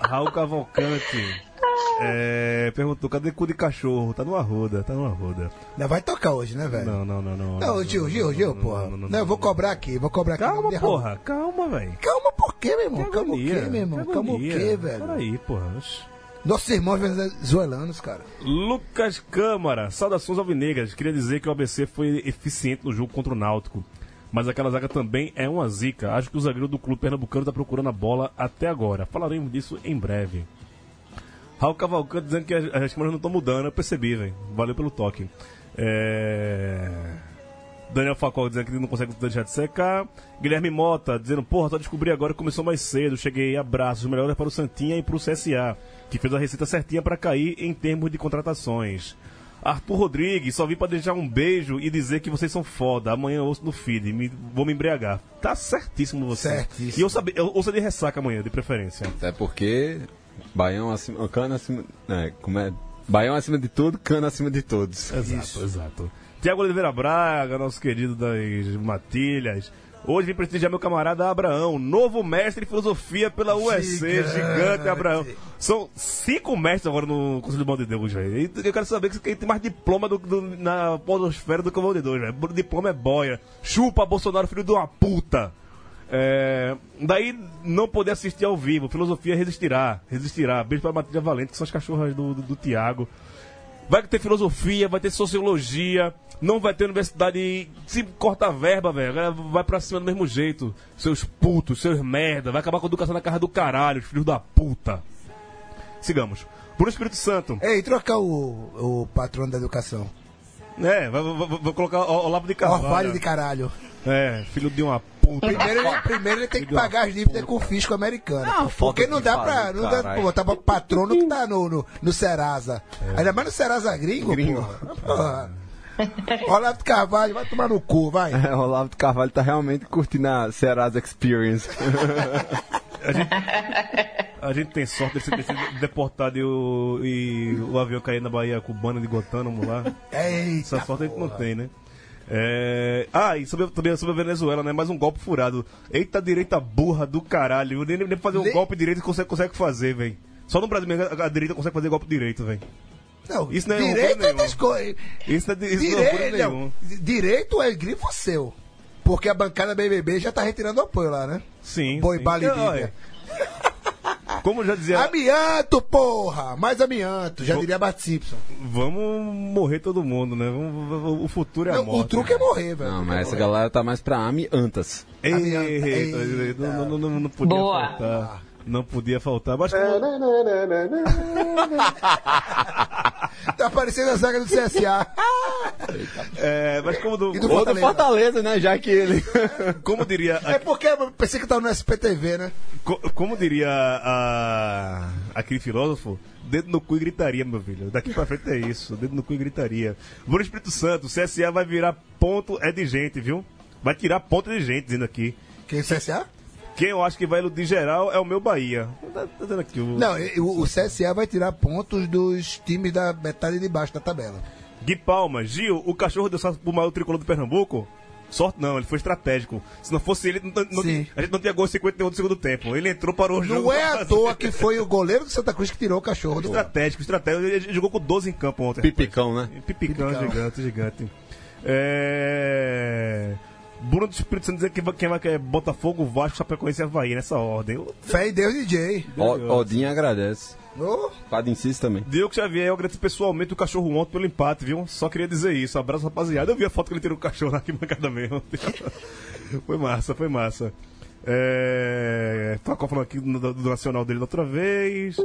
S2: Raul Cavalcante. é, perguntou, cadê cu de cachorro? Tá no arruda, tá no arruda.
S6: Ainda vai tocar hoje, né, velho?
S2: Não, não, não, não.
S6: Não, Gil, Gil, Gil, porra. Não, eu vou cobrar aqui, vou cobrar aqui.
S2: Calma,
S6: Derruba-
S2: porra, calma, velho.
S6: Calma por quê, meu irmão?
S2: Que
S6: Calma o quê,
S2: agonia,
S6: meu irmão?
S2: que
S6: Calma o
S2: agonia.
S6: quê, velho?
S2: Peraí, porra. Oxi.
S6: Nossos irmãos venezuelanos, cara.
S2: Lucas Câmara, saudações alvinegras. Queria dizer que o ABC foi eficiente no jogo contra o Náutico. Mas aquela zaga também é uma zica. Acho que o zagueiro do clube pernambucano está procurando a bola até agora. Falaremos disso em breve. Raul Cavalcante dizendo que as, as câmeras não estão mudando. Eu percebi, velho. Valeu pelo toque. É... Daniel Facol dizendo que não consegue deixar de secar. Guilherme Mota dizendo, porra, só descobri agora que começou mais cedo. Cheguei, abraços, melhoras para o Santinha e para o CSA, que fez a receita certinha para cair em termos de contratações. Arthur Rodrigues, só vim para deixar um beijo e dizer que vocês são foda. Amanhã eu ouço no feed, me- vou me embriagar. Tá certíssimo você.
S6: Certíssimo.
S2: E eu, sabe, eu ouço de ressaca amanhã, de preferência.
S5: Até É porque Baião acima. Cana acima. É, como é? Baião acima de tudo, cana acima de todos.
S2: Exato, exato. Tiago Oliveira Braga, nosso querido das Matilhas. Hoje vim prestigiar meu camarada Abraão, novo mestre em filosofia pela USC, gigante,
S6: Gigante.
S2: Abraão. São cinco mestres agora no Conselho do Mão de Deus, velho. E Eu quero saber quem tem mais diploma do- do- na podosfera do que o Mão de Deus, velho. Diploma é boia. Chupa, Bolsonaro, filho de uma puta. É, daí não poder assistir ao vivo. Filosofia resistirá, resistirá. Beijo pra Matilha Valente, que são as cachorras do, do, do Tiago. Vai ter filosofia, vai ter sociologia, não vai ter universidade. Se corta a verba, velho, a galera vai pra cima do mesmo jeito. Seus putos, seus merda, vai acabar com a educação na casa do caralho, filho da puta. Sigamos. Bruno Espírito Santo.
S6: Ei, troca o, o patrono da educação.
S2: É, vou, vou- vou colocar o Olavo de Carvalho.
S6: Orvalho de caralho.
S2: É, filho de uma puta.
S6: Primeiro ele, primeiro ele tem que pagar as dívidas com o fisco americano.
S5: Ah,
S6: porque
S5: foda
S6: não
S5: que
S6: dá pra.
S5: pariu,
S6: Não dá pra
S5: caralho.
S6: botar pra patrono que tá no, no, no Serasa. Ainda mais no Serasa gringo,
S5: Gringo.
S6: porra. porra. Olavo de Carvalho, vai tomar no cu, vai.
S5: É, o Olavo de Carvalho tá realmente curtindo a Cearás Experience.
S2: A gente tem sorte de ser, de ser deportado e o, e o avião cair na Bahia cubana de Guantánamo lá.
S6: Eita.
S2: Essa sorte a gente não tem, né? É... Ah, e sobre, também sobre a Venezuela, né? Mais um golpe furado. Eita, direita burra do caralho. Eu Nem, nem pra fazer um
S6: Le-
S2: golpe direito consegue, consegue fazer, velho. Só no Brasil mesmo a, a direita consegue fazer golpe direito, velho.
S6: Não,
S2: Isso não é
S6: direito
S2: orgulho
S6: é das coisas.
S2: Isso não é, isso não é orgulho
S6: Direito,
S2: nenhum.
S6: não, direito é grifo seu. Porque a bancada BBB já tá retirando o apoio lá, né?
S2: Sim.
S6: Boi,
S2: sim.
S6: bala e
S2: Eu,
S6: Bíblia.
S2: olha, Como já dizia,
S6: Amianto, porra! Mais amianto, já
S2: É. Vou-
S6: diria Bart Simpson.
S2: vamos morrer todo mundo, né? Vamos- vamos- o futuro é a
S6: Não,
S2: morte.
S6: o truque é morrer, velho.
S5: Não, mas essa galera tá mais pra Ami Antas.
S2: Eita,
S6: Amianto,
S2: eita,
S6: eita.
S2: Não, não, não, não podia
S3: Boa.
S2: faltar. Não podia faltar. Mas
S6: É,
S2: como-
S6: né? Tá parecendo a zaga
S2: (laughs)
S6: do CSA.
S2: é, mas como do-
S6: E do
S5: Ou do Fortaleza, né? Já que ele.
S2: como diria a
S6: É porque eu pensei que tava no SPTV, né?
S2: Co- Como diria a- aquele filósofo, dedo no cu e gritaria, meu filho. Daqui pra frente é isso, dedo no cu e gritaria. Bruno Espírito Santo, CSA vai virar ponto é de gente, viu? Vai tirar ponto de gente, dizendo aqui.
S6: Quem o CSA?
S2: Quem eu acho que vai iludir geral é o meu Bahia. Tá, tá dando aqui o...
S6: Não, e- o, o CSA vai tirar pontos dos times da metade de baixo da tabela.
S2: Gui Palma, Gil, o cachorro deu salto pro maior tricolor do Pernambuco? Sorte não, ele foi estratégico. Se não fosse ele, não- não-
S6: Sim.
S2: a gente não tinha gol em 51 do segundo tempo. Ele entrou, parou o jogo. (laughs)
S6: Não é
S2: pra
S6: à
S2: fazer-
S6: toa que foi o goleiro do Santa Cruz que tirou o cachorro do ar.
S2: Estratégico, estratégico. Ele jogou com 12 em campo ontem.
S5: (laughs) Pipicão, né?
S2: É Pipicão, gigante, gigante. É... Bruno do Espírito Santo dizer que vai- quem vai querer Botafogo, Vasco, Chapecoense e Havaí nessa ordem.
S6: Fé em Deus, DJ.
S5: O- Odin agradece.
S6: Ô,
S5: Padre Incis também.
S2: Diogo Xavier, eu agradeço pessoalmente o cachorro ontem pelo empate, viu? Só queria dizer isso. Abraço, rapaziada. Eu vi a foto que ele tirou o cachorro na arquibancada mesmo. (laughs) foi massa, foi massa. É... Facó falando aqui do, do nacional dele da outra vez.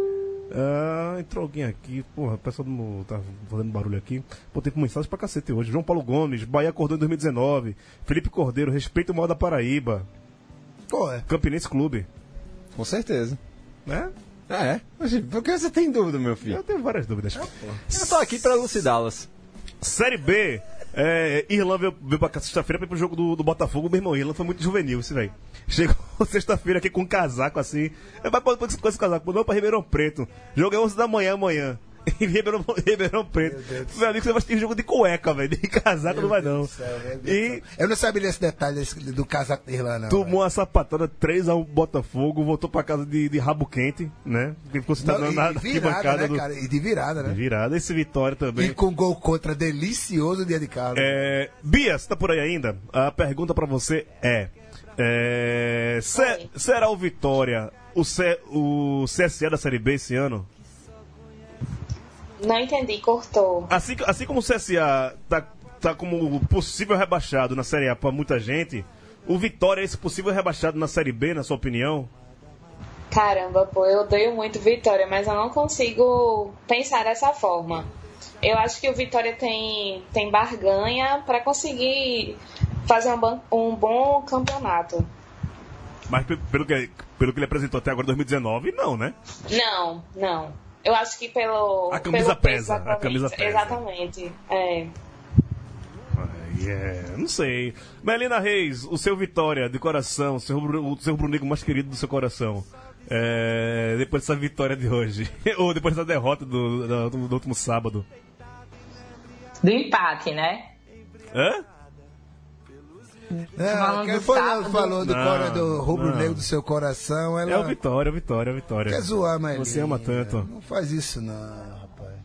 S2: Ah, entrou alguém aqui. Porra, o pessoal do- tá fazendo barulho aqui. Pô, tem mensagem pra cacete hoje. João Paulo Gomes, Bahia acordou em 2019. Felipe Cordeiro, respeita o maior da Paraíba.
S6: pô, é.
S2: Campinense Clube.
S5: Com certeza.
S2: né?
S5: É, Oxi, por que você tem dúvida, meu
S2: Eu
S5: filho?
S2: tenho várias dúvidas.
S6: É,
S5: Eu tô aqui pra elucidá-las.
S2: Série B. É, Irlanda veio, veio pra cá sexta-feira pra ir pro jogo do, do Botafogo. Meu irmão, Irlanda foi muito juvenil, esse velho. (laughs) Chegou sexta-feira aqui com um casaco assim. É, Vai pra, pra, com esse casaco, mandou pra Ribeirão Preto. Jogo é 11 da manhã amanhã. (laughs) Em Ribeirão, Ribeirão Preto. Meu amigo, você vai ter jogo de cueca, velho. De casaco não vai não. e
S6: Eu não sabia desse detalhe desse- do casaco de Irlanda, não.
S2: tomou uma sapatada 3x1 Botafogo, voltou pra casa de, de rabo quente, né? Porque ficou
S6: Não,
S2: sentado
S6: e
S2: na, na
S6: de virada,
S2: arquibancada
S6: né,
S2: do.
S6: cara? E de virada, né?
S2: Virada, esse Vitória também.
S6: E com gol contra, delicioso dia de Carlos.
S2: É, Bia, você tá por aí ainda? A pergunta pra você é: é, se-
S9: Oi.
S2: será o Vitória o, C, o CSE da Série B esse ano?
S9: Não entendi, cortou.
S2: Assim, que- assim como o CSA tá, tá como possível rebaixado na Série A pra muita gente, o Vitória é esse possível rebaixado na Série B, na sua opinião?
S9: Caramba, pô, eu odeio muito Vitória, mas eu não consigo pensar dessa forma. Eu acho que o Vitória tem, tem barganha pra conseguir fazer um, ban- um bom campeonato.
S2: Mas pe- pelo que, pelo que ele apresentou até agora, 2019, não, né?
S9: Não, não. Eu acho que pelo.
S2: A camisa
S9: pelo peso
S2: pesa,
S9: da
S2: a camisa pesa.
S9: Exatamente. É.
S2: Ai, é, não sei. Melina Reis, o seu Vitória de coração, seu rubro- o seu rubro-negro mais querido do seu coração. É, depois dessa vitória de hoje, (laughs) ou depois dessa derrota do, do, do último sábado.
S3: Do empate, né?
S2: Hã?
S6: Não,
S3: Tá falando
S6: É, quem
S3: do
S6: foi
S3: sábado.
S6: que falou do,
S2: Não,
S6: cora- do rubro
S2: não.
S6: negro do seu coração? Ela
S2: É o Vitória, é o Vitória, é o Vitória.
S6: quer zoar, mas.
S2: Você ama tanto.
S6: Não faz isso, não, rapaz. Ela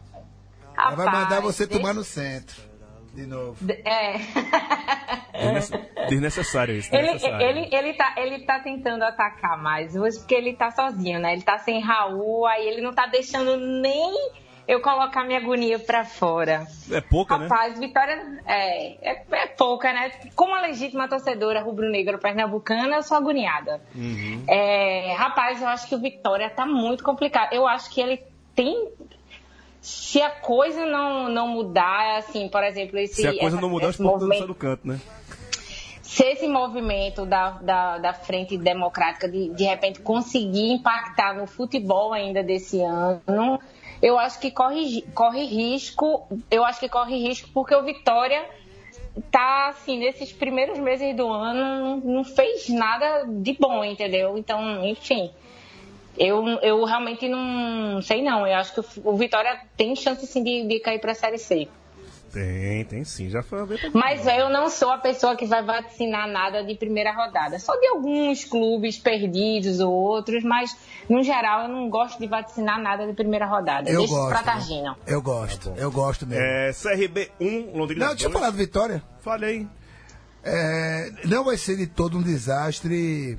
S3: Rapaz,
S6: vai mandar você
S3: deixa-
S6: tomar no centro. De novo.
S3: de- É. (laughs)
S2: Desnece- É Desnecessário isso.
S3: Ele,
S2: desnecessário.
S3: ele, ele, tá, ele tá tentando atacar mais hoje porque ele tá sozinho, né? Ele tá sem Raul, aí ele não tá deixando nem eu colocar minha agonia pra fora.
S2: É pouca, né?
S3: Rapaz, Vitória é, é, é pouca, né? Como a legítima torcedora rubro-negra pernambucana, eu sou agoniada.
S2: Uhum.
S3: É, rapaz, eu acho que o Vitória tá muito complicado. Eu acho que ele tem. Se a coisa não, não mudar, assim, por exemplo, esse.
S2: Se a coisa
S3: essa-
S2: não mudar, os
S3: esse
S2: pontos não
S3: é movimento-
S2: saem do canto, né?
S3: se esse movimento da, da, da frente democrática de, de repente conseguir impactar no futebol ainda desse ano, eu acho que corre, gi- corre risco, eu acho que corre risco porque o Vitória tá assim, nesses primeiros meses do ano, não, não fez nada de bom, entendeu? Então, enfim. Eu, eu realmente não sei não. Eu acho que o- o Vitória tem chance sim de, de cair pra Série C.
S2: Tem, tem sim. Já foi uma vez.
S3: Mas eu não sou a pessoa que vai vaticinar nada de primeira rodada. Só de alguns clubes perdidos ou outros, mas no geral eu não gosto de vaticinar nada de primeira rodada.
S6: Eu
S3: Deixa pra
S6: gosto. né?
S3: Targino.
S6: Eu gosto, eu gosto mesmo.
S2: É, CRB 1, Londrina
S6: Não, deixa eu
S2: 2.
S6: falar do Vitória.
S2: Falei.
S6: É, não vai ser de todo um desastre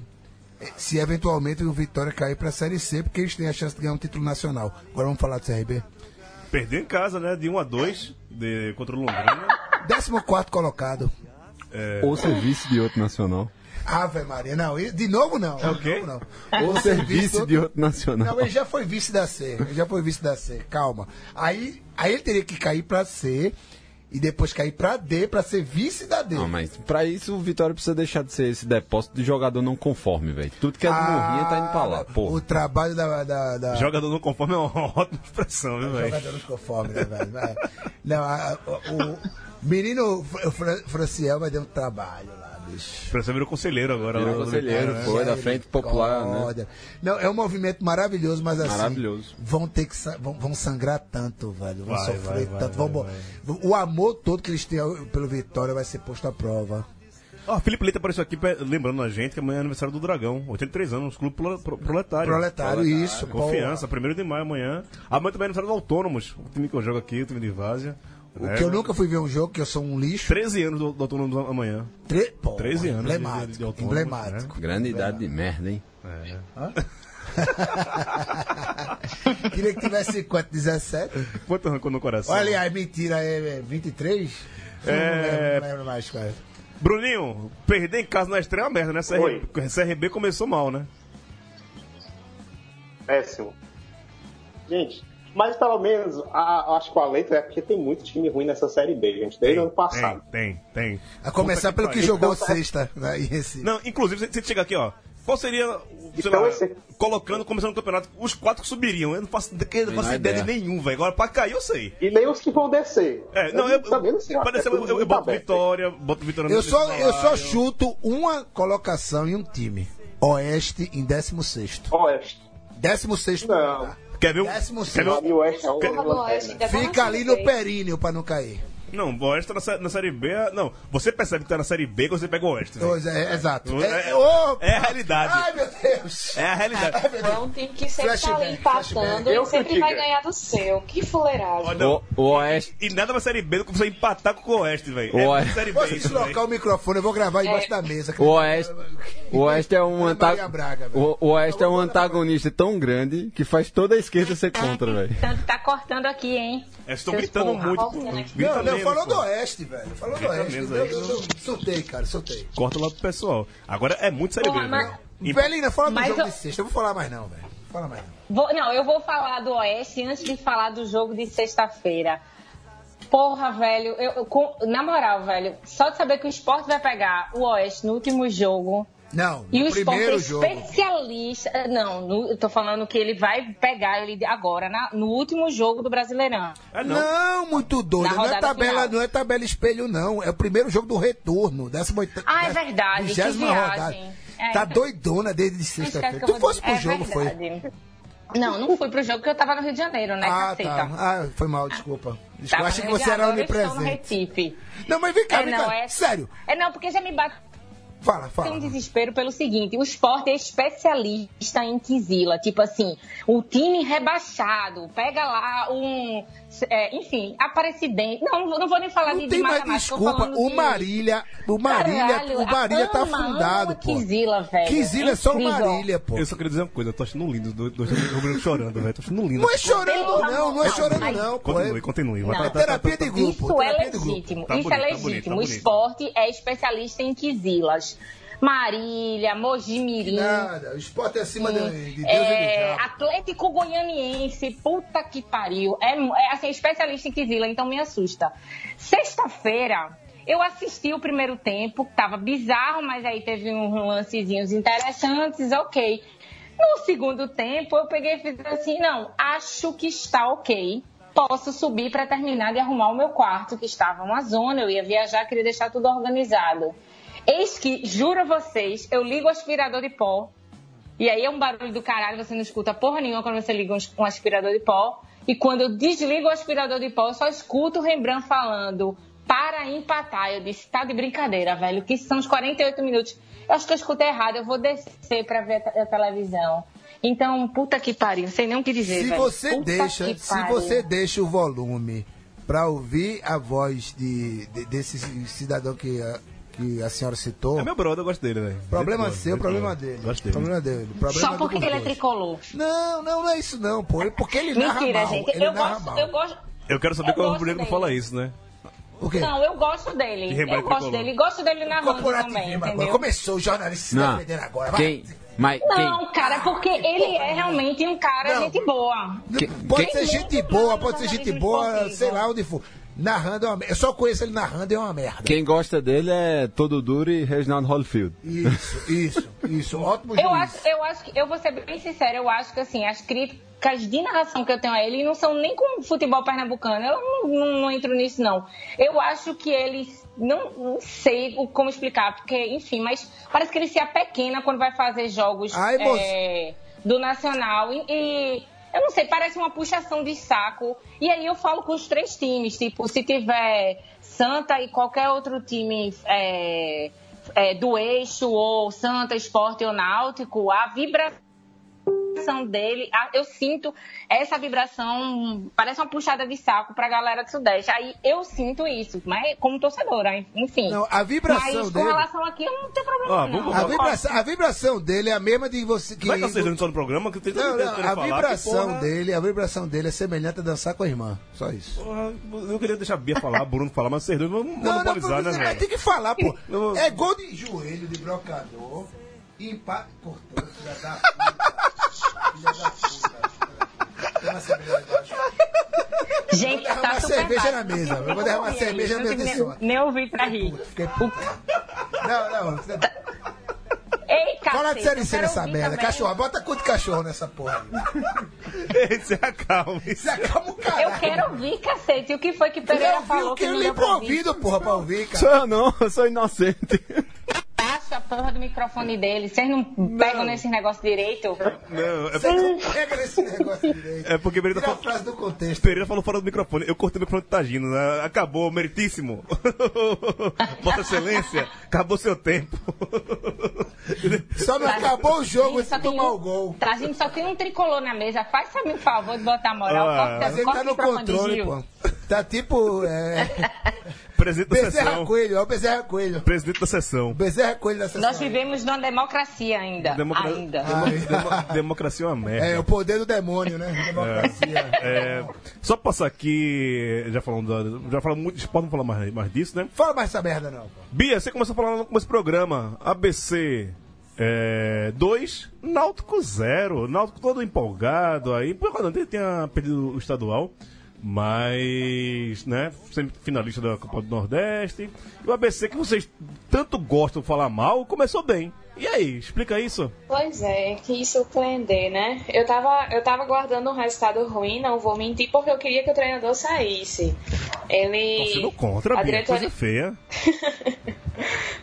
S6: eh, se eventualmente o Vitória cair para a Série C, porque eles têm a chance de ganhar um título nacional. Agora vamos falar do CRB.
S2: Perdeu em casa, né? De 1 a 2 de, contra o Londrina.
S6: 14 colocado.
S5: Ou serviço de outro nacional.
S6: Ave Maria, não, e- de novo não.
S2: É o
S6: de
S2: quê?
S6: novo não.
S5: Ou serviço de outro nacional.
S6: Não, ele já foi vice da C. Ele já foi vice da C. Calma. Aí, aí ele teria que cair pra C e depois cair pra D pra ser vice da D.
S5: Não, Ah, mas pra isso o Vitória precisa deixar de ser esse depósito de jogador não conforme, velho. Tudo que é do Morrinha tá indo pra lá,
S6: O
S5: pô.
S6: trabalho da. da, da...
S2: Jogador não conforme é uma (laughs) ótima expressão, viu, velho?
S6: Jogador não ficou fome, né, velho? Vai. Não, a- a- o, o menino Fra- Fra- Franciel vai dar um trabalho lá, bicho.
S2: Expressão virou conselheiro agora.
S5: Virou
S2: lá do
S5: conselheiro,
S2: Vitória, né?
S5: Foi da Frente Popular, né?
S6: Misericórdia. É. Não, é um movimento maravilhoso, mas assim.
S5: Maravilhoso.
S6: Vão ter que sa- vão, vão sangrar tanto, velho. Vão
S2: Vai,
S6: sofrer
S2: vai,
S6: tanto.
S2: vai,
S6: vão bo- O amor todo que eles têm ao- pelo Vitória vai ser posto à prova.
S2: Ó, Felipe Leite apareceu aqui pe- lembrando a gente que amanhã é aniversário do Dragão. 83 anos, clube pro- pro- proletário.
S6: Proletário, isso,
S2: Confiança, 1 de maio amanhã. Amanhã também é aniversário do Autônomos, o time que eu jogo aqui, o time de Várzea.
S6: O
S2: né?
S6: que eu nunca fui ver um jogo, que eu sou um lixo.
S2: 13 anos do, do Autônomos amanhã.
S6: Tre... Pô,
S2: 13 anos de-
S6: Emblemático.
S2: de- de autônomo,
S6: emblemático.
S5: Grande idade de merda, hein?
S2: né?
S6: (laughs) Queria que tivesse 50, 17.
S2: Quanto arrancou no coração?
S6: Olha aí, mentira, é é 23?
S2: É.
S6: Não lembro, não lembro mais, cara.
S2: Bruninho, perder em casa na estreia é uma merda, né?
S7: Oi.
S2: CRB, CRB começou mal, né?
S7: Péssimo. Gente, mas pelo menos, a- acho que o alento é porque tem muito time ruim nessa Série B, gente, desde o ano passado.
S2: Tem, tem, tem.
S6: A começar
S2: Puta
S6: pelo que
S2: pariu. Então tá.
S6: jogou sexta, né, em Recife.
S2: Não, inclusive, se, se chegar aqui, ó. Qual seria, sei
S7: Então,
S2: lá,
S7: esse-
S2: colocando, começando o campeonato, os quatro que subiriam? Eu não faço, eu não faço
S5: Menor
S2: ideia de
S5: ideia.
S2: nenhum, velho. Agora, pra cair, eu sei.
S7: E nem os que vão descer.
S2: É, não, eu,
S7: também não sei. Eu, acho
S2: parece,
S7: que é
S2: eu,
S7: tudo
S2: eu, eu
S7: muito
S2: boto
S7: aberto.
S2: Vitória, boto Vitória no
S6: Eu só,
S2: terceiro
S6: eu só
S2: lugar,
S6: chuto uma colocação em um time. Oeste em 16.
S7: Oeste.
S6: 16
S7: Não.
S6: lugar.
S2: Quer ver um...
S6: Décimo
S2: Quer ver um-
S6: sexto.
S7: E o Oeste é o
S9: Porra, do Oeste, ainda tá
S6: Fica
S9: na
S6: ali
S9: Série
S6: no
S9: B.
S6: períneo pra não cair.
S2: Não, o Oeste tá na, sé- na Série B. Não, você percebe que tá na Série B quando você pega o Oeste. velho.
S6: Pois é, é, exato.
S2: É-
S6: ô,
S2: é a realidade.
S6: Ai, meu Deus.
S2: É a realidade.
S9: É um time que sempre tá ali
S6: Flashback, flashback.
S9: empatando
S7: Eu
S9: e sempre
S7: curti,
S9: vai
S7: cara.
S9: ganhar do seu. Que fuleiragem.
S2: Não.
S5: O, o Oeste.
S2: E nada na Série B do que você empatar com o Oeste, velho.
S5: Ué.
S2: É Série B
S6: Você
S2: isso, velho.
S6: deslocar o microfone, eu vou gravar embaixo da mesa.
S5: É. O Oeste, o Oeste é
S6: Ana
S5: um
S6: Maria
S5: antagonista.
S6: Braga, velho.
S5: o, o Oeste é um antagonista tão grande que faz toda a esquerda ser contra, velho.
S3: Tanto tá cortando aqui, hein?
S2: É, estou
S3: Seus
S2: gritando
S3: porra.
S2: muito. pô.
S9: Não,
S2: Grita
S6: Não, não,
S2: menos,
S6: falou
S2: pô.
S6: do Oeste, velho. Falou do Oeste.
S2: menos
S6: Meu
S2: aí.
S6: Deus, eu Soltei, cara, soltei.
S2: Corta lá pro pessoal. Agora é muito Série B,
S3: Porra, mas-
S2: velho. E-
S6: Belina, fala do
S3: Mas
S6: jogo
S3: eu-
S6: de sexta. Eu vou falar mais não, velho. Fala mais não.
S3: Vou- não, eu vou falar do Oeste antes de falar do jogo de sexta-feira. Porra, velho, eu, eu com- na moral, velho, só de saber que o esporte vai pegar o Oeste no último jogo.
S6: Não,
S3: E o
S6: no
S3: esporte é
S6: primeiro jogo.
S3: especialista. eh, Não, no- eu tô falando que ele vai pegar ele agora, na- no último jogo do Brasileirão.
S2: Ah, não.
S6: Não, muito doido.
S3: Na
S6: Não é,
S3: rodada
S6: tabela,
S3: final.
S6: não é tabela espelho, não. É o primeiro jogo do retorno. 18,
S3: Ah, é verdade, que
S6: 20ª
S3: viagem. É,
S6: tá
S3: então-
S6: doidona desde
S3: Isso que é
S6: sexta-feira.
S3: que eu
S6: Tu
S3: vou
S6: fosse
S3: dizer.
S6: pro
S3: É
S6: jogo, foi?
S3: verdade. Não, não fui pro jogo porque eu tava no Rio de Janeiro, né,
S6: Ah,
S3: caceta?
S6: tá. Ah, foi mal, desculpa.
S3: Tava
S6: desculpa. Eu achei
S3: no
S6: que
S3: Rio de
S6: você era
S3: Janeiro, eu
S6: onipresente.
S3: estou no Recife.
S6: Não, mas vem cá,
S3: É,
S6: vem
S3: não,
S6: cá.
S3: é...
S6: Sério,
S3: É, não, porque já me bate
S6: fala, fala.
S3: um desespero pelo seguinte, o esporte é especialista em quizila, tipo assim, o time rebaixado, pega lá um, é, enfim, aparecidense, não, não vou nem falar de,
S6: Não
S3: de
S6: tem mais
S3: matemática, eu tô
S6: desculpa.
S3: falando
S6: O
S3: de-
S6: Marília, o Marília,
S3: Caralho,
S6: o Marília tá
S3: ama,
S6: afundado,
S3: ama
S6: pô.
S3: Quizila, velho.
S6: Quizila é só o
S3: Incrível.
S6: Marília, pô.
S2: Eu só queria dizer uma coisa, eu tô achando lindo, dois dois Rubro chorando, velho. Tô achando lindo.
S6: Não é chorando,
S3: Pelo
S6: não, não é
S3: amor-
S6: chorando,
S3: Mas-
S6: não, pô.
S2: Continue, continue. vai,
S3: Não.
S2: tá, tá, tá,
S6: Terapia
S2: tá,
S6: de
S2: tá.
S6: grupo.
S3: Isso é
S6: terapia de grupo.
S3: legítimo.
S2: Tá
S3: isso
S2: bonito,
S3: é
S2: tá bonito,
S3: legítimo.
S2: tá
S3: o
S2: bonito.
S3: esporte é especialista em quisilas. Marília, Mojimirim.
S6: Nada, o esporte é acima de, de Deus
S3: É,
S6: e do diabo.
S3: Atlético Goianiense, puta que pariu. É, é, assim, especialista em Quizila, então me assusta. Sexta-feira, eu assisti o primeiro tempo, que tava bizarro, mas aí teve uns lancezinhos interessantes, ok. No segundo tempo, eu peguei e fiz assim: não, acho que está ok. Posso subir para terminar de arrumar o meu quarto, que estava uma zona, eu ia viajar, queria deixar tudo organizado. Eis que, juro a vocês, eu ligo o aspirador de pó, e aí é um barulho do caralho, você não escuta porra nenhuma quando você liga um as- um aspirador de pó. E quando eu desligo o aspirador de pó, eu só escuto o Rembrandt falando para empatar. Eu disse, tá de brincadeira, velho, que são os 48 minutos. Eu acho que eu escutei errado, eu vou descer pra ver a, te- a televisão. Então, puta que pariu, não sei nem o que dizer,
S6: Se
S3: É, velho.
S6: você
S3: Puta
S6: deixa,
S3: que
S6: se
S3: pariu.
S6: você tá deixa o volume pra ouvir a voz de, de- desse cidadão que a, que a senhora citou,
S2: É meu é brother, eu gosto dele, velho.
S6: problema
S2: Gente
S6: é
S2: boa,
S6: seu,
S2: gente boa.
S6: problema dele.
S2: Gosto dele.
S6: Problema é dele. Problema
S3: Só
S6: do
S3: porque ele é
S6: gostoso.
S3: tricolor.
S6: Não, não, não é isso não, pô. É Porque ele narra
S3: Mentira,
S6: mal.
S3: gente.
S6: Ele
S3: Eu
S6: narra
S3: gosto,
S6: mal.
S3: eu gosto.
S2: Eu quero saber
S3: Eu
S2: qual é o
S3: gosto
S2: Rubro Negro que
S3: dele.
S2: fala isso, né?
S6: O quê?
S3: Não, eu gosto
S2: De
S3: dele.
S2: Rembrandt
S3: Eu gosto
S2: tricolor.
S3: dele. Gosto dele narrando
S6: Corporativismo
S3: também,
S6: agora.
S3: entendeu?
S6: Começou o jornalista se
S5: Não.
S6: defendendo agora. Vai.
S5: Quem? Mas
S3: Não,
S5: quem?
S3: cara, porque ele é realmente um cara
S6: Não.
S3: gente boa.
S5: quem-
S6: Pode
S5: quem-
S6: ser
S3: Ninguém
S6: gente
S3: tá
S6: boa,
S3: falando
S6: pode ser gente
S3: jornalismo
S6: boa,
S3: esportivo.
S6: sei lá onde for. Narrando é uma merda. Eu só conheço ele narrando e é uma merda.
S5: Quem gosta dele é Todo Duro e Reginaldo Holyfield.
S6: Isso, isso, isso. Ótimo juiz.
S3: Eu acho, eu acho que eu vou ser bem sincera, eu acho que assim, as críticas de narração que eu tenho a ele não são nem com futebol pernambucano. Eu não, não- não entro nisso, não. Eu acho que ele. Não, não sei o- como explicar, porque, enfim, mas parece que ele se apequena quando vai fazer jogos
S6: Ai, moço.
S3: é, do Nacional e. e eu não sei, parece uma puxação de saco. E aí eu falo com os três times, tipo, se tiver Santa e qualquer outro time é, é, do eixo, ou Santa, Esporte ou Náutico, a vibração dele, a- eu sinto essa vibração, parece uma puxada de saco pra galera do Sudeste. Aí eu sinto isso, mas é como torcedora, enfim.
S6: Não, a vibração
S3: mas com
S6: dele-
S3: relação aqui, eu não tenho problema.
S2: Ó, vamos
S3: não.
S6: A vibração, a vibração dele é a mesma de você que.
S2: Vai que vocês não estão no programa, que tem
S6: Não,
S2: tanta
S6: não,
S2: coisa
S6: a
S2: pra falar,
S6: vibração
S2: que porra-
S6: dele, a vibração dele é semelhante a dançar com a irmã. Só isso.
S2: Porra, eu queria deixar a Bia falar, Bruno falar, mas vocês dois vão
S6: Não, não,
S2: monopolizar, né,
S6: você vai
S2: velho?
S6: ter que falar, pô.
S2: Eu vou-
S6: É gol de joelho, de brocador. Empate. Cortou, filha da puta. Filha da puta. Tem uma cerveja embaixo.
S3: Gente,
S6: derramar
S3: tá super
S6: cerveja
S3: baixo.
S6: na mesa, eu vou
S3: Eu não
S6: derramar
S3: ouvi
S6: cerveja na
S3: aí,
S6: mesa
S3: eu
S6: só.
S3: Nem, nem ouvi pra rir.
S6: Fiquei puta. Não, não, você-
S3: Ei,
S6: Fala
S3: cacete,
S6: de série
S3: Tá, eu
S6: C
S3: quero
S6: nessa
S3: ouvir
S6: merda.
S3: também.
S6: Cachorro, bota cu de cachorro nessa porra. aí.
S2: (laughs) Esse é a calma.
S6: Isso acaba o caralho.
S3: Eu quero ouvir, cacete. E o que foi que Pereira
S6: Eu vi
S3: falou
S6: o que
S3: que
S6: eu
S3: não
S6: li
S3: deu
S6: pro
S3: pra ouvir?
S6: ouvido, porra, pra ouvir,
S2: é
S6: cara.
S5: Sou eu não, eu sou inocente.
S3: Baixa a porra do microfone dele. Vocês não, pegam nesse negócio direito?
S2: Não, é,
S6: Pega nesse negócio direito.
S2: é porque Pereira,
S6: Tira a
S2: falou,
S6: frase do contexto.
S2: Pereira falou fora do microfone. Eu cortei o microfone do Tagino. né? Acabou, meritíssimo. (laughs) Vossa Excelência, acabou seu tempo. (laughs)
S6: Só não acabou o jogo
S3: Gente,
S6: se
S3: só tem
S6: tomar
S3: um-
S6: o gol.
S3: Tá, gente, só tem um tricolor na mesa. Faz pra mim o favor de botar a moral.
S2: Ah,
S3: corta,
S6: Mas ele
S3: corta
S6: tá
S3: o
S6: no
S3: microfone de
S6: controle,
S3: Gil.
S6: pô.
S2: (laughs)
S6: Tá tipo. É,
S2: Presidente da
S6: Bezerra
S2: sessão.
S6: Coelho, ó, o Bezerra Coelho.
S2: Presidente da sessão.
S6: Bezerra Coelho da sessão.
S3: Nós vivemos numa democracia ainda.
S2: Democra- Ah,
S3: Ainda.
S2: Demo- demo- Democracia é uma merda.
S6: É, o poder do demônio, né? Democracia.
S2: É, só pra passar aqui, já falamos, da- já falamos muito de esporte, não falar mais, mais disso, né?
S6: Fala mais essa merda, não, pô.
S2: Bia, você começou a falar no começo do programa. ABC 2, é, Náutico 0. Náutico todo empolgado aí. Por causa dele tinha perdido o estadual. Mas, né, sempre finalista da Copa do Nordeste. E o ABC que vocês tanto gostam de falar mal, começou bem. E aí, explica isso?
S9: Pois é, que surpreender, né? Eu tava, eu tava guardando um resultado ruim, não vou mentir, porque eu queria que o treinador saísse. Ele.
S2: Torcendo contra,
S9: a
S2: Bia, que
S9: diretoria,
S2: coisa feia.
S9: (laughs)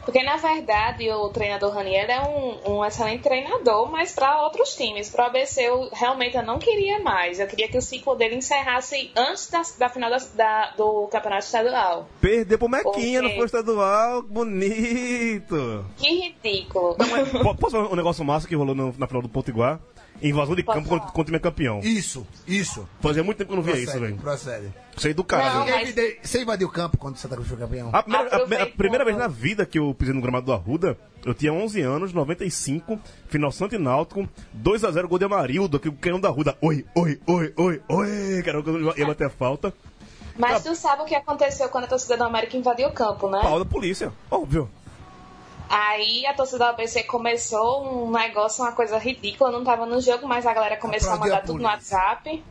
S9: Porque na verdade o treinador Raniel é um, um excelente treinador, mas para outros times, para o ABC eu realmente eu não queria mais. Eu queria que o ciclo dele encerrasse antes da, da final da- da- do campeonato estadual.
S2: Perdeu pro Mequinha
S9: Ok.
S2: no foi estadual,
S9: (laughs)
S2: bonito.
S9: Que ridículo.
S2: Po- Posso falar um negócio massa que rolou no- na final do Potiguar? Invasão de
S9: Pode
S2: campo contra,
S9: falar.
S2: contra o time é campeão.
S6: Isso, isso.
S2: Fazia muito tempo que eu não via isso,
S6: Procede,
S2: velho.
S6: procede.
S2: Isso aí do caralho.
S9: Não,
S6: Ninguém
S9: mas-
S6: me deu- Você invadiu o campo quando o Santa Cruz foi campeão?
S2: A primeira, a
S9: Aproveita.
S2: primeira- a primeira vez na vida que eu pisei no gramado do Arruda, eu tinha 11 anos, 95, final Santo e Náutico, 2x0 gol de Amarildo, que o canhão da Arruda. Oi, oi, oi, oi, oi, cara, eu ia bater a falta.
S9: Mas tu sabe o que aconteceu quando a torcida do América invadiu o campo, né?
S2: Pau da polícia, óbvio.
S9: Aí a torcida do ABC começou um negócio, uma coisa ridícula, não tava no jogo, mas a galera começou a
S6: Aplaudiu
S9: mandar
S6: a
S9: tudo no
S6: polícia.
S9: WhatsApp.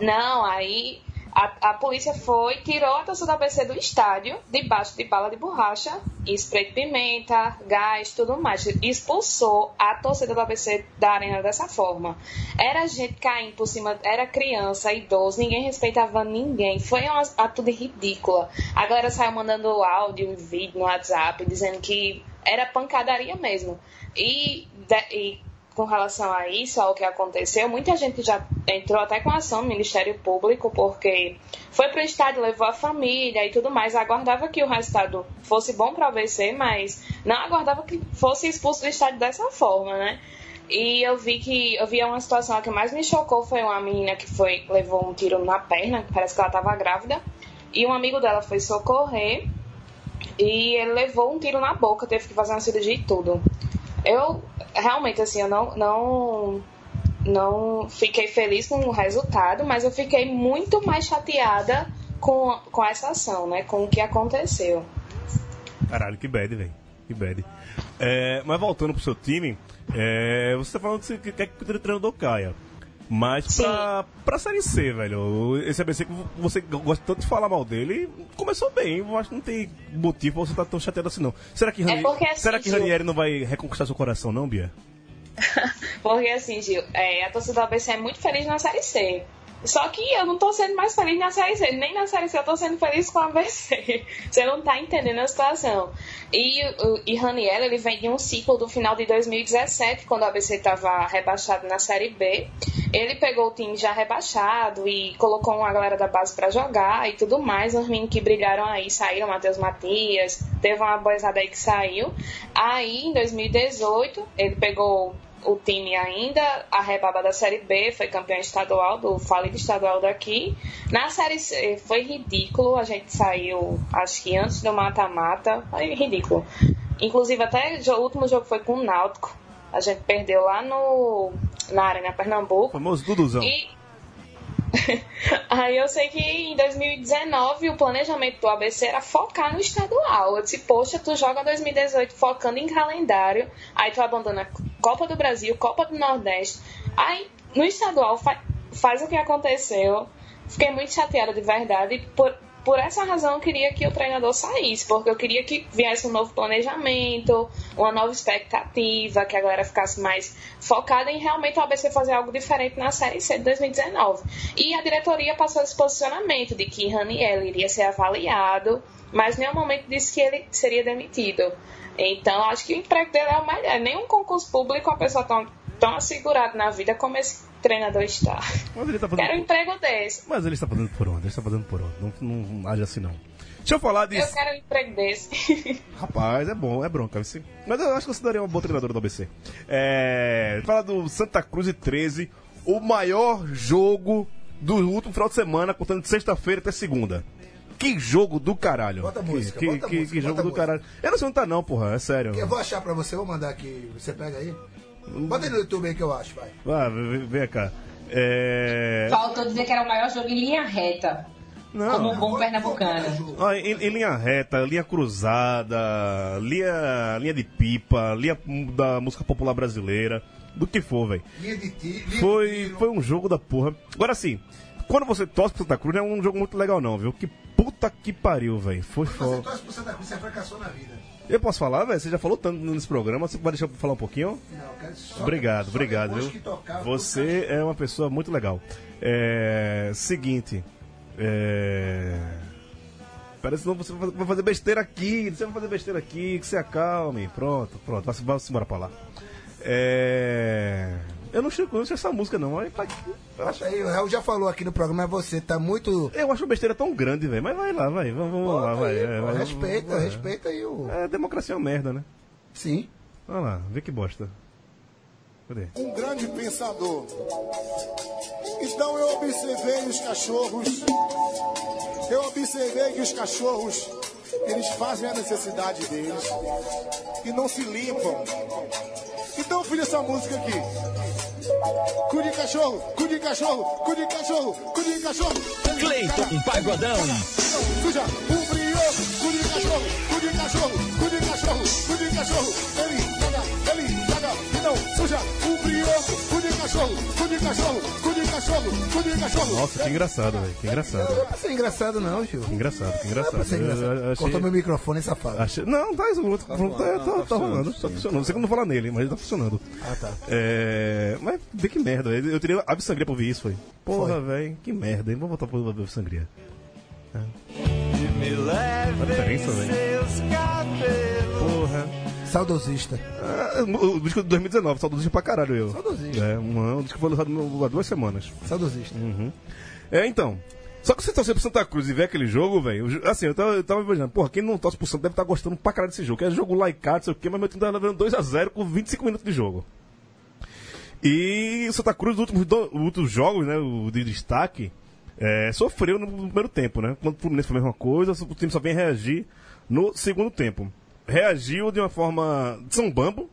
S9: Não, aí a, a polícia foi, tirou a torcida do ABC do estádio, debaixo de bala de borracha, e spray de pimenta, gás, tudo mais. Expulsou a torcida do ABC da arena dessa forma. Era gente caindo por cima, era criança, idoso, ninguém respeitava ninguém. Foi uma atitude ridícula. A galera saiu mandando áudio e vídeo no WhatsApp, dizendo que era pancadaria mesmo. E, de- e com relação a isso, ao que aconteceu, muita gente já entrou até com ação no Ministério Público, porque foi pro estádio, levou a família e tudo mais, aguardava que o resultado fosse bom para o ABC, mas não aguardava que fosse expulso do estádio dessa forma, né? E eu vi que eu vi uma situação a que mais me chocou foi uma menina que foi levou um tiro na perna, que parece que ela estava grávida, e um amigo dela foi socorrer e ele levou um tiro na boca, teve que fazer uma cirurgia e tudo. Eu, realmente, assim, eu não, não, não fiquei feliz com o resultado, mas eu fiquei muito mais chateada com, com essa ação, né? Com o que aconteceu.
S2: Caralho, que bad, velho. Que bad. É, mas voltando pro seu time, é, você tá falando que você quer que o treinador caia. Mas pra, pra Série C, velho, esse ABC que você gosta tanto de falar mal dele, começou bem. Eu acho que não tem motivo pra você estar tão chateado assim, não. Será que, Rani-
S9: porque assim,
S2: será que
S9: Gil-
S2: Ranieri não vai reconquistar seu coração, não, Bia?
S9: (laughs) Porque assim, Gil, é, a torcida do ABC é muito feliz na Série C. Só que eu não tô sendo mais feliz na Série C. Nem na Série C eu tô sendo feliz com a ABC. (laughs) Você não tá entendendo a situação. E, o- e Raniel, ele vem de um ciclo do final de 2017, quando a ABC tava rebaixado na Série B. Ele pegou o time já rebaixado e colocou uma galera da base pra jogar e tudo mais. Os meninos que brilharam aí saíram, Matheus Matias, teve uma boizada aí que saiu. Aí, em 2018, ele pegou o time ainda, a rebaba da Série B, foi campeão estadual, do falido estadual daqui. Na Série C foi ridículo, a gente saiu, acho que antes do mata-mata, foi ridículo. Inclusive, até jo- o último jogo foi com o Náutico, a gente perdeu lá no, na Arena
S2: O
S9: Pernambuco.
S2: famoso Duduzão.
S9: E (laughs) aí eu sei que em 2019 o planejamento do ABC era focar no estadual. Eu disse, poxa, tu joga 2018 focando em calendário, aí tu abandona Copa do Brasil, Copa do Nordeste. Aí no estadual fa- faz o que aconteceu. Fiquei muito chateada de verdade por, Por essa razão, eu queria que o treinador saísse, porque eu queria que viesse um novo planejamento, uma nova expectativa, que a galera ficasse mais focada em realmente o ABC fazer algo diferente na Série C de 2019. E a diretoria passou esse posicionamento de que Raniel iria ser avaliado, mas em nenhum momento disse que ele seria demitido. Então, acho que o emprego dele é o melhor. Nenhum concurso público a pessoa tão, tão assegurada na vida como esse treinador está.
S2: Mas ele tá fazendo-
S9: Quero um emprego desse.
S2: Mas ele está fazendo por onde? Ele está fazendo por onde? Não, não haja assim, não. Deixa eu falar
S9: Eu
S2: disso.
S9: quero um emprego desse. (laughs)
S2: Rapaz, é bom, é bronca. esse- Mas eu acho que eu daria uma boa treinadora do ABC. É... Fala do Santa Cruz e 13, o maior jogo do último final de semana, contando de sexta-feira até segunda. Que jogo do caralho.
S6: Bota a
S2: que,
S6: música,
S2: que,
S6: bota a
S2: que, que
S6: música, bota
S2: jogo
S6: a
S2: do
S6: música.
S2: caralho. Eu não sei onde tá não, porra, é sério.
S6: Eu vou achar pra você, vou mandar aqui. Você pega aí. Bota aí no YouTube aí que eu acho, vai.
S2: Vá, vem, vem cá. É...
S3: Faltou dizer que era o maior jogo em linha reta, como um bom pernambucano.
S2: Ah, em, em linha reta, linha cruzada, linha, linha de pipa, linha da música popular brasileira, do que for, velho.
S6: Linha de tiro. linha de
S2: Foi,
S6: tiro.
S2: foi um jogo da porra. Agora sim, quando você torce pro Santa Cruz, não é um jogo muito legal, não, viu? Que puta que pariu, velho. Foi
S6: Então, Você
S2: foda.
S6: torce pro Santa Cruz, você fracassou na vida.
S2: Eu posso falar, velho? Você já falou tanto nesse programa, você vai deixar eu falar um pouquinho?
S6: Não, cara, só-
S2: Obrigado,
S6: só
S2: obrigado.
S6: depois
S2: viu?
S6: que tocar,
S2: Você é uma pessoa muito legal. É. Seguinte. É. Parece que não você vai fazer- vai fazer besteira aqui. Você vai fazer besteira aqui, que se acalme. Pronto, pronto. Vai, vai embora pra lá. É. Eu não chego, eu não sei essa música, não. Olha pra quê? Eu acho,
S6: Acha aí, o Raul já falou aqui no programa, mas você tá muito.
S2: eu acho besteira tão grande, velho. Mas vai lá, vai. Vamos, vamos lá, vai. é, vai,
S6: respeita,
S2: vai.
S6: respeita aí o.
S2: É, democracia é uma merda, né?
S6: Sim.
S2: Olha lá, vê que bosta. Cadê?
S10: um grande pensador. Então eu observei os cachorros. Eu observei que os cachorros eles fazem a necessidade deles e não se limpam. Então eu fiz essa música aqui. Cu de cachorro, cu de cachorro, cu de cachorro, cu de cachorro.
S1: Cleiton Pagodão.
S10: Suja, um brioco, cu de cachorro, cu de cachorro, cu de cachorro, cu de cachorro. Ele caga, ele caga, então suja, um brioco, cu de cachorro, cu de cachorro, cu de cachorro, cu de cachorro.
S2: Nossa, que engraçado, velho. Que engraçado.
S6: Não é pra ser engraçado, não, Gil.
S2: Que engraçado, que
S6: Não é
S2: engraçado.
S6: pra ser engraçado.
S2: Eu- eu achei-
S6: Cortou meu microfone, safado.
S2: achei- Não, tá isso. Tá,
S5: rolando,
S2: tá,
S5: não,
S2: tá,
S5: tá
S2: tá rolando, tá funcionando. Não sei como falar nele, mas ele tá funcionando.
S6: Ah, tá.
S2: É... Mas vê que merda, velho. eu teria Ave Sangria pra ouvir isso, foi. Porra, velho, que merda, hein? Vamos voltar pro Ave Sangria.
S8: Me levem
S2: diferença, velho.
S8: seus cabelos.
S2: Porra.
S6: Saudosista.
S2: Ah, o o disco de 2019, saudosista pra caralho eu.
S6: Saudosista.
S2: É, um, um disco que foi lançado no- há duas semanas.
S6: Saudosista.
S2: É, então. Só que você torcer pro Santa Cruz e ver aquele jogo, velho. o ju- Assim, eu tava, eu tava imaginando, porra, quem não torce pro Santa deve estar gostando pra caralho desse jogo. Que é jogo laicado, não sei o quê, mas meu time tava levando 2x0 com 25 minutos de jogo. E o Santa Cruz, nos últimos, do, últimos jogos, né, o de destaque, é, sofreu no primeiro tempo, né? Quando o Fluminense foi a mesma coisa, o time só vem reagir no segundo tempo. Reagiu de uma forma de São Bambo,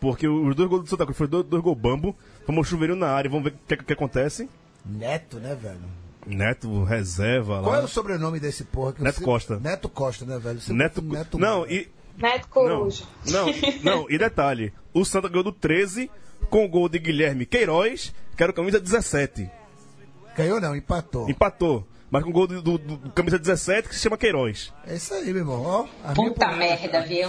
S2: porque os dois gols do Santa Cruz foram dois, dois gols Bambo. Vamos um chuveirinho na área, vamos ver o que, que acontece.
S6: Neto, né, velho?
S2: Neto, reserva lá.
S6: Qual é o sobrenome desse porra? que
S2: Neto
S6: você-
S2: Costa.
S6: Neto Costa, né, velho? Você
S2: Neto,
S6: bota o
S2: Não, e.
S9: Neto
S2: Não,
S9: Coruja.
S2: não, não, e detalhe: o Santa ganhou do 13 com o gol de Guilherme Queiroz, que era o camisa 17.
S6: Ganhou não, empatou.
S2: Empatou, mas com o gol do, do- do camisa 17 que se chama Queiroz.
S6: É isso aí, meu irmão. Ó, arminha
S3: Puta
S6: pro-
S3: merda, viu?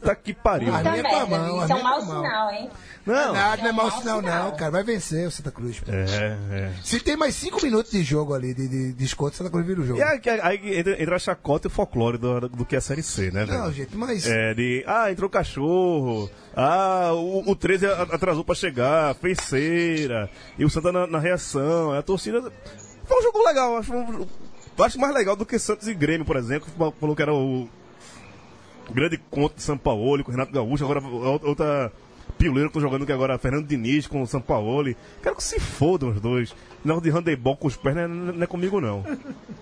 S2: Tá que pariu.
S6: Ah,
S3: Puta
S6: Arminha pra
S3: merda,
S6: mão,
S3: viu? Isso é um
S6: arminha
S3: mau
S6: pra mão.
S3: sinal, hein?
S2: Não.
S6: Nada, não é mau sinal, não, cara. Vai vencer o Santa Cruz. pô.
S2: É, é.
S6: Se tem mais cinco minutos de jogo ali, de, de, de escoto, Santa Cruz vira o jogo.
S2: E aí, aí entra, entra a chacota e o folclore do, do que é a Série C, né, velho?
S6: Não, gente, mas.
S2: É, de. Ah, entrou cachorro. Ah, o, o 13 a- atrasou pra chegar. Fez cera. E o Santa na, na reação. A torcida. Foi um jogo legal. Acho, um- acho mais legal do que Santos e Grêmio, por exemplo. que fal- Falou que era o grande conto de São Paulo com o Renato Gaúcho. Agora a outra pileira que estão jogando que agora Fernando Diniz com o São Paulo. Quero que se fodam os dois. Não de handebol com os pés não é, não é comigo, não.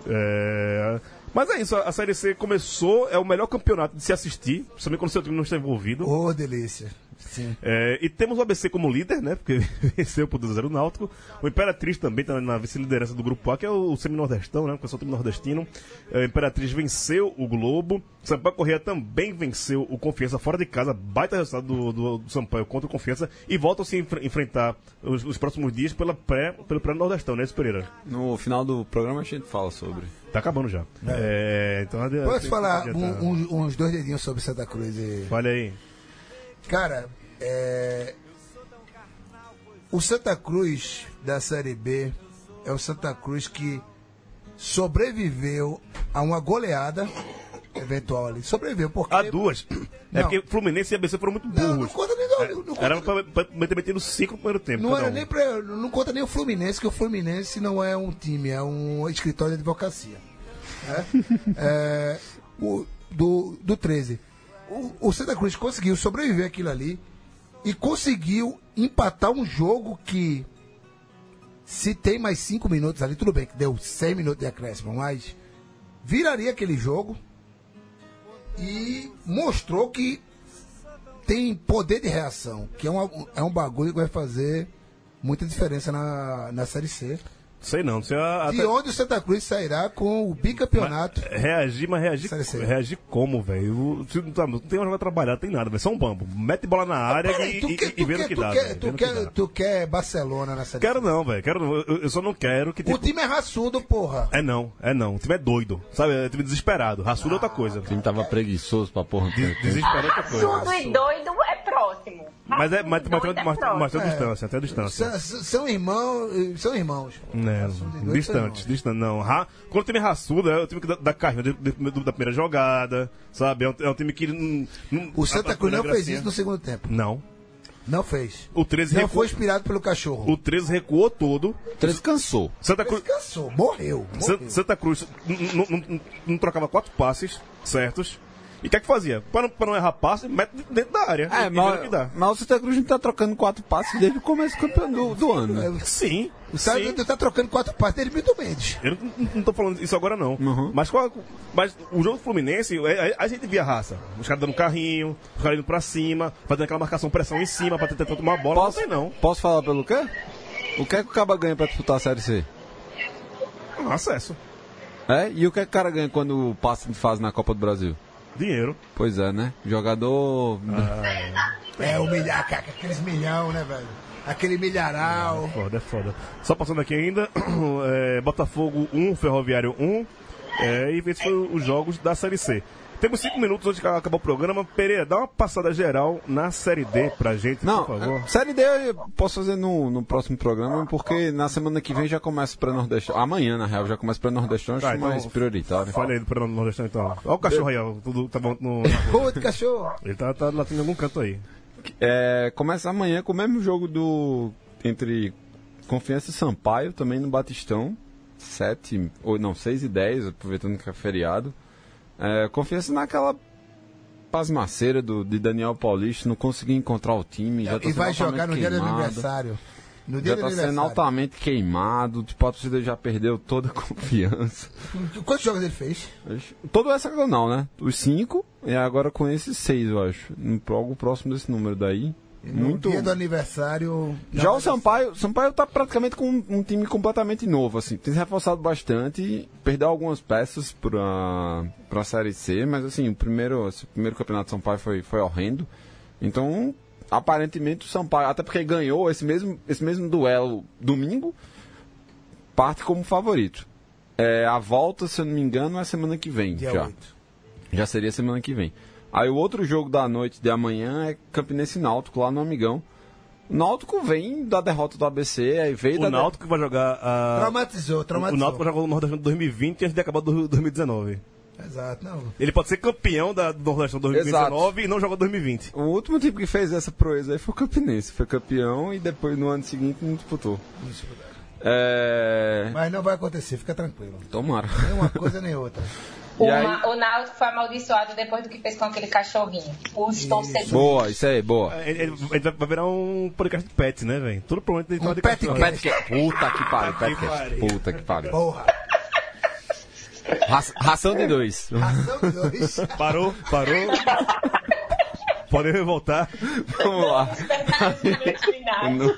S2: É, Mas é isso, a Série C começou, é o melhor campeonato de se assistir, principalmente quando o seu time não está envolvido.
S6: Ô, delícia. Sim.
S2: É, e temos o ABC como líder, né? Porque (laughs) venceu por 2x0 o Náutico. O Imperatriz também está na vice-liderança do grupo A, que é o semi-nordestão, né? Porque é só o time nordestino. É, o Imperatriz venceu o Globo. Sampaio Correia também venceu o Confiança fora de casa. Baita resultado do, do, do Sampaio contra o Confiança. E voltam a se enfre- enfrentar os, os próximos dias pela pré, pelo pré-nordestão, né, Edson Pereira?
S5: No final do programa a gente fala sobre.
S2: Tá acabando já. É, então, ade- tem
S6: Posso
S2: que
S6: falar
S2: adiantar.
S6: um- um- uns dois dedinhos sobre Santa Cruz e.
S2: Fale aí.
S6: Cara, é, o Santa Cruz da Série B é o Santa Cruz que sobreviveu a uma goleada eventual ali. Sobreviveu, porque.
S2: Há duas. É
S6: Não.
S2: porque Fluminense e ABC foram muito
S6: Não, não
S2: burros.
S6: conta nem. Não, não conta-
S2: Era pra, pra, pra ter metido cinco no primeiro tempo.
S6: não
S2: cada
S6: era
S2: um.
S6: nem pra- não conta nem o Fluminense, que o Fluminense não é um time, é um escritório de advocacia. né?
S2: (laughs)
S6: É, o- do, do 13. O, o Santa Cruz conseguiu sobreviver aquilo ali e conseguiu empatar um jogo que se tem mais cinco minutos ali, tudo bem que deu 100 minutos de acréscimo, mas viraria aquele jogo e mostrou que tem poder de reação, que é, uma, é um bagulho que vai fazer muita diferença na, na Série C.
S2: Sei não, sei a,
S6: De onde o Santa Cruz sairá com o bicampeonato.
S2: Reagir, mas reagir,
S6: Sério, sério.
S2: reagir como, velho? Se Não, tá- não tem hora pra trabalhar, tem nada, velho. Só um bambo. Mete bola na área
S6: Peraí,
S2: e,
S6: tu
S2: e,
S6: quer-
S2: e
S6: tu
S2: vê no
S6: quer-
S2: que
S6: tu
S2: dá.
S6: quer-
S2: velho,
S6: tu
S2: vendo o que
S6: quer-
S2: dá.
S6: Tu quer Barcelona na Série C.
S2: Quero não, velho. Quero não. Eu, eu só não quero que
S6: O
S2: tipo...
S6: time é raçudo, porra.
S2: É não, é não. O time é doido, sabe? É time desesperado. Raçudo é outra coisa.
S5: O time tava preguiçoso pra porra.
S2: Des- Desesperado é outra coisa.
S3: Surdo e doido é próximo.
S2: Mas é, mas, mas,
S3: Doido
S2: mas, mas,
S3: próximo.
S2: mas tem distância, até distância.
S6: São, são irmãos. São irmãos. pô.
S2: Né,
S6: Raçudo e doido
S2: distante,
S6: são
S2: distante, não. Ra Quando o time é raçudo, é o time que dá, dá carne de- de- do- da primeira jogada, sabe? É um, é um time que. não- não-
S6: O
S2: a-
S6: Santa
S2: a-
S6: Cruz
S2: a
S6: não fez
S2: gracinha-
S6: isso no segundo tempo.
S2: Não.
S6: Não fez.
S2: O 13
S6: Não
S2: recu-
S6: foi inspirado pelo cachorro.
S2: O 13 recuou todo.
S5: cansou.
S2: Santa Cruz.
S6: Descansou, morreu.
S2: Sa-
S6: morreu.
S2: Santa Cruz n- n- n- n- não trocava quatro passes certos. E o que é que fazia? Para não, pra não errar passe, mete dentro da área. e,
S5: É,
S2: e vê o que
S5: mas,
S2: dá.
S5: mas o Santa Cruz não tá trocando quatro passes desde o começo do, campeão- do, do ano, né?
S2: Sim.
S6: O
S2: sim.
S6: Santa Cruz tá trocando quatro partes dele, Milton Mendes.
S2: Eu não, não tô falando isso agora, não.
S5: Uhum.
S2: Mas, qual, mas o jogo do Fluminense, é, a, a- a gente via a raça. Os caras dando carrinho, os caras indo pra cima, fazendo aquela marcação pressão em cima pra tentar tomar a bola.
S5: Posso,
S2: Não tem, não.
S5: posso falar pelo quê? O que é que o Caba ganha pra disputar a Série C?
S2: um Acesso.
S5: É? E o que é que o cara ganha quando passa de fase na Copa do Brasil?
S2: Dinheiro.
S5: Pois é, né? Jogador.
S2: Ah,
S6: É, o milhar, ca- aqueles milhão, né, velho? Aquele milharal.
S2: Foda, é foda. Só passando aqui ainda, (clears throat) é, Botafogo 1, Ferroviário 1. É, e esses foram os jogos da Série C. Temos 5 minutos antes de acabar o programa. Pereira, dá uma passada geral na Série D pra gente,
S5: Não, é,
S2: por favor.
S5: Série D eu posso fazer no, no próximo programa, porque na semana que vem já começa para Nordestão. Amanhã, na real, já começa para Nordestão, acho
S2: Tá, então-
S5: mais prioritário.
S2: Fala aí do Fernando Nordestão, então. Olha o cachorro aí, ó. Tudo tá bom
S5: (laughs)
S2: no...
S6: Boa de cachorro.
S2: Ele tá, tá latindo em algum canto aí.
S5: É, começa amanhã com o mesmo jogo do. Entre Confiança e Sampaio, também no Batistão. 7, ou não, 6 e 10, aproveitando que é feriado. É, confiança naquela pasmaceira do, de Daniel Paulista, não conseguiu encontrar o time. Já tá
S6: E vai
S5: sendo altamente
S6: jogar no dia do
S5: queimado.
S6: aniversário. No dia
S5: Já
S6: do
S5: tá sendo
S6: aniversário.
S5: altamente queimado, tipo, a torcida já perdeu toda a (laughs) confiança.
S6: Quantos jogos ele fez?
S5: Acho- Todo essa não, né? Os cinco, e agora com esses seis, eu acho. Um- Algo próximo desse número daí.
S6: No
S5: Muito.
S6: dia do aniversário.
S5: Já o Sampaio, Sampaio tá praticamente com um, um time completamente novo, assim. Tem se reforçado bastante, perdeu algumas peças pra, pra Série C, mas assim, o primeiro, esse primeiro campeonato do Sampaio foi, foi horrendo. Então, aparentemente o Sampaio, até porque ganhou esse mesmo, esse mesmo duelo domingo, parte como favorito. É, a volta, se eu não me engano, é semana que vem.
S6: Dia
S5: já.
S6: 8.
S5: Já seria semana que vem. Aí o outro jogo da noite de amanhã é Campinense e Náutico lá no Amigão. O Náutico vem da derrota do ABC, aí veio da
S2: O Náutico vai jogar a...
S6: Traumatizou,
S2: O
S6: traumatizou.
S2: Náutico jogou no Nordestão de 2020 antes de acabar do 2019.
S6: Exato, não.
S2: Ele pode ser campeão da, do Nordestão 2019 e não joga 2020.
S5: O último time que fez essa proeza aí foi o Campinense, foi campeão e depois no ano seguinte não disputou. É...
S6: Mas não vai acontecer, fica tranquilo.
S5: Tomara.
S6: Nem uma coisa nem outra.
S5: E
S3: O
S5: aí-
S3: Ma- O Náutico foi amaldiçoado depois do que fez com aquele cachorrinho. Os torcedores.
S5: Boa, isso aí, boa.
S2: Ele, ele- ele vai vai virar um podcast de pet, né, velho? Tudo pronto ele
S6: Um
S2: tá de
S6: pet
S2: cachorro.
S6: cat.
S5: Pet Cat. é. Puta que pariu, Pet Cat. Puta que pariu.
S6: Porra.
S5: Ra- Ração de dois.
S6: São dois.
S2: Parou, parou. Podem voltar.
S5: Vamos lá.
S6: (laughs)
S5: O
S9: Finais.
S5: Nau-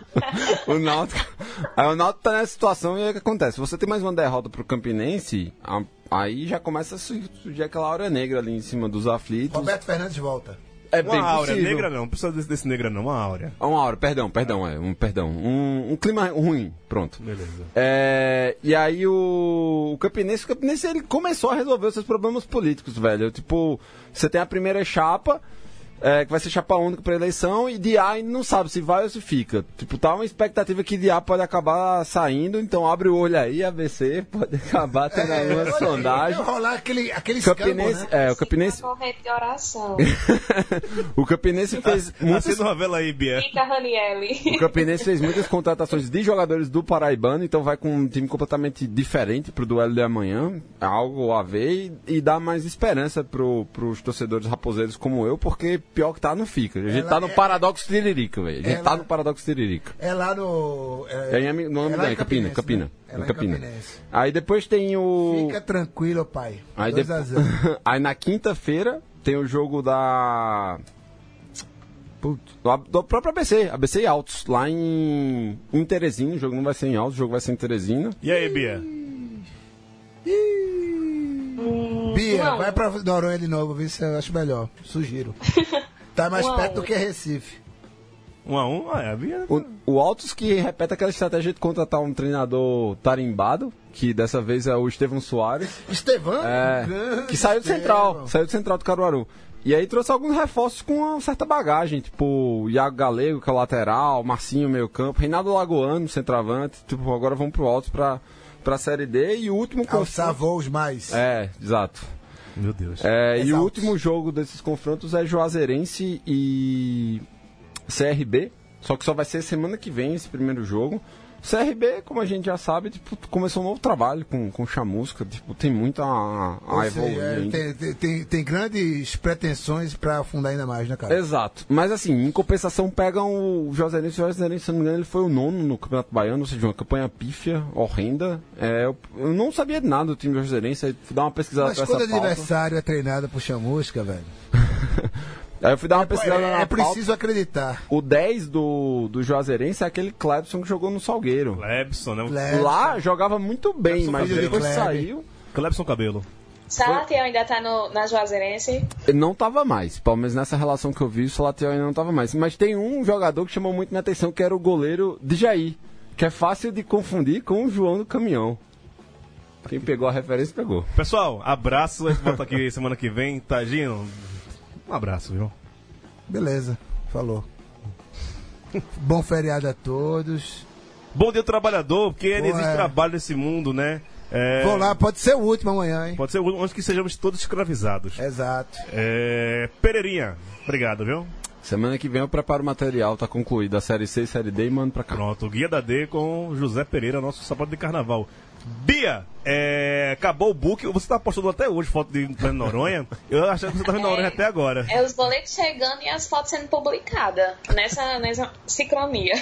S5: (laughs) O Náutico. Aí o Náutico tá nessa situação e aí o que acontece? Você tem mais uma derrota pro Campinense, a- aí já começa a su- surgir aquela aura negra ali em cima dos aflitos.
S6: Roberto Fernandes volta.
S5: é
S2: Uma
S5: bem
S2: áurea
S5: possível.
S2: negra não, não precisa desse, desse negra não, uma áurea.
S5: Ah, Uma aura, perdão, perdão, é, um perdão. Um, um clima ruim, pronto.
S2: Beleza.
S5: É, e aí o, o Campinense, o Campinense ele começou a resolver os seus problemas políticos, velho. Tipo, você tem a primeira chapa, é, que vai ser chapa única para eleição, e de A ainda não sabe se vai ou se fica. Tipo, tá uma expectativa que de A pode acabar saindo, então abre o olho aí, ABC, (laughs) pode acabar tendo aí uma sondagem.
S6: rolar aquele, aquele
S5: Campinense,
S6: escambo, né?
S5: é, o Campinense,
S9: Corrente tá de oração.
S5: (laughs) o Campinense fez
S2: Tá
S5: muitas
S2: sendo novela aí, Bia. (laughs)
S9: Fica, Ranielli.
S5: O Campinense fez muitas contratações de jogadores do Paraibano, então vai com um time completamente diferente pro duelo de amanhã, É algo a ver, e, e dá mais esperança pro, pros torcedores raposeiros como eu, porque pior que tá, não fica. A gente
S6: Ela
S5: tá no
S6: é-
S5: paradoxo tiririca, velho. A gente
S6: Ela-
S5: tá no paradoxo tiririca.
S6: É lá no.
S5: É em, Ami- no
S6: lá
S5: Amidão,
S6: em
S5: em
S6: Campinense,
S5: Capina, Capina.
S6: né? É lá
S5: em
S6: em
S5: Capina.
S6: Campinense.
S5: Aí depois tem o...
S6: Fica tranquilo, pai.
S5: Aí,
S6: 2
S5: depo-
S6: a 0.
S5: (laughs) Aí na quinta-feira tem o jogo da. Putz, Do, do próprio ABC, ABC e Altos, lá em, em Teresina. O jogo não vai ser em Altos, o jogo vai ser em Teresina.
S2: E aí, Bia?
S6: Bia,
S9: Não.
S6: vai pra Noronha de novo, vê se eu acho melhor. Sugiro. Tá mais
S9: Uau.
S6: perto do que Recife.
S2: Um a um? Ah, é, a Bia.
S5: O, o Altos que repete aquela estratégia de contratar um treinador tarimbado, que dessa vez é o Estevão Soares.
S6: Estevão?
S5: É,
S6: grande
S5: que saiu do
S6: Estevão.
S5: Central, saiu do Central do Caruaru. E aí trouxe alguns reforços com uma certa bagagem, tipo o Iago Galego, que é o lateral, Marcinho, meio campo, Reinaldo Lagoano, centroavante, tipo, agora vamos pro Altos pra, pra Série D e o último... confronto-
S6: Alçar voos mais.
S5: É, exato.
S2: Meu Deus.
S5: É, e o
S6: Exato.
S5: último jogo desses confrontos é Juazeirense e CRB. Só que só vai ser semana que vem esse primeiro jogo. CRB, como a gente já sabe, tipo, começou um novo trabalho com, com Chamusca. Tipo, tem muita a, a
S6: Ou seja,
S5: evoluir
S6: é,
S5: ainda.
S6: tem, tem- tem, tem grandes pretensões pra afundar ainda mais, né, cara?
S5: Exato. Mas assim, em compensação, pegam o Joserense. O Joserense, se não me engano, ele foi o nono no Campeonato Baiano, ou seja, uma campanha pífia, horrenda. É, eu, eu não sabia de nada do time do Joserense, aí fui dar uma pesquisada
S6: Mas
S5: pra
S6: quando o
S5: essa pauta.
S6: adversário é treinado por chamusca, velho,
S5: Aí eu fui dar uma pesquisada na
S6: é, é
S5: pauta.
S6: preciso acreditar.
S5: O 10 do, do Juazeirense é aquele Clebson que jogou no Salgueiro.
S2: Clebson, né?
S6: Clebson.
S5: Lá jogava muito bem,
S2: Clebson
S5: mas
S2: Fabiano.
S5: depois
S6: Kleber.
S5: saiu,
S2: Clebson Cabelo.
S9: Salatiel ainda tá no, na Juazeirense.
S5: ele não tava mais. Pelo menos nessa relação que eu vi, o Salatiel ainda não tava mais. Mas tem um jogador que chamou muito minha atenção, que era o goleiro de Jair, que é fácil de confundir com o João do Caminhão. Quem pegou a referência, pegou.
S2: Pessoal, abraço. A gente volta aqui (laughs) semana que vem. Tadinho. Um abraço, viu?
S6: Beleza, falou. Bom feriado a todos.
S2: Bom dia, trabalhador, porque ainda
S6: Boa,
S2: existe
S6: é.
S2: trabalho nesse mundo, né? É,
S6: Vou lá, pode ser o último amanhã, hein?
S2: Pode ser onde que sejamos todos escravizados.
S6: Exato.
S2: É, Pereirinha, obrigado, viu?
S5: Semana que vem eu preparo o material, tá concluída a Série C, Série D e mando pra cá.
S2: Pronto, Guia da D com José Pereira, nosso sapato de carnaval. Bia, é, acabou o book. Você tá postando até hoje foto de de Noronha. Eu achava que você tava em Noronha até agora.
S9: É os boletos chegando e as fotos sendo publicadas. Nessa, nessa
S2: (laughs)
S9: sincronia.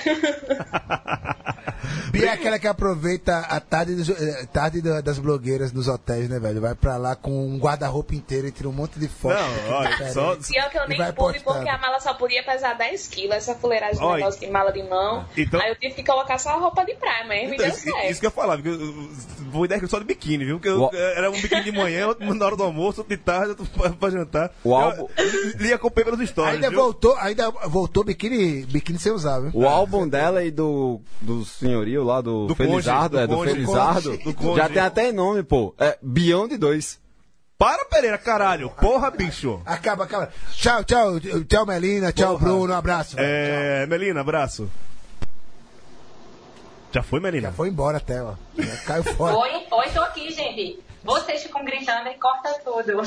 S6: Bia é aquela que aproveita a tarde, dos- eh, tarde da- das blogueiras nos hotéis, né, velho? Vai pra lá com um guarda-roupa inteiro e tira um monte de foto.
S2: (laughs) Não, olha, só,
S9: Pior que eu
S6: E
S9: nem
S6: vai
S9: pude,
S6: postando.
S9: porque a mala só podia pesar 10 quilos, essa fuleiragem do
S2: Olha.
S9: negócio de mala de mão.
S2: Então-
S9: Aí eu tive que colocar só a roupa de praia mesmo e
S2: Então,
S9: deu
S2: isso,
S9: certo.
S2: isso que eu falava, que eu, eu vou ideia que eu só de biquíni, viu? Porque eu-
S5: Uau.
S2: era um biquíni de manhã, outro na hora do almoço, outro de tarde, outro pra, pra jantar.
S5: O álbum-
S2: Eu Li acompanhei pelos stories.
S6: Ainda
S2: viu?
S6: voltou, ainda voltou biquíni, biquíni sem usar, viu?
S5: O álbum dela e do, do senhorio lá, do,
S2: Do
S5: Felizardo,
S2: cônjuge, do
S5: é, do,
S2: cônjuge,
S5: Felizardo,
S2: do cônjuge.
S5: já tem até nome, pô. É Bião de Dois.
S2: Para, Pereira, caralho! Porra, bicho!
S6: Acaba, acaba. Tchau, tchau, tchau, Melina, tchau, Bruno, um abraço.
S2: É, Melina, abraço. Já foi, Melina?
S6: Já foi embora até, ó. Já
S3: (laughs)
S6: caiu fora.
S3: Oi, oi, tô aqui, gente. Vocês ficam gritando e corta tudo. (laughs)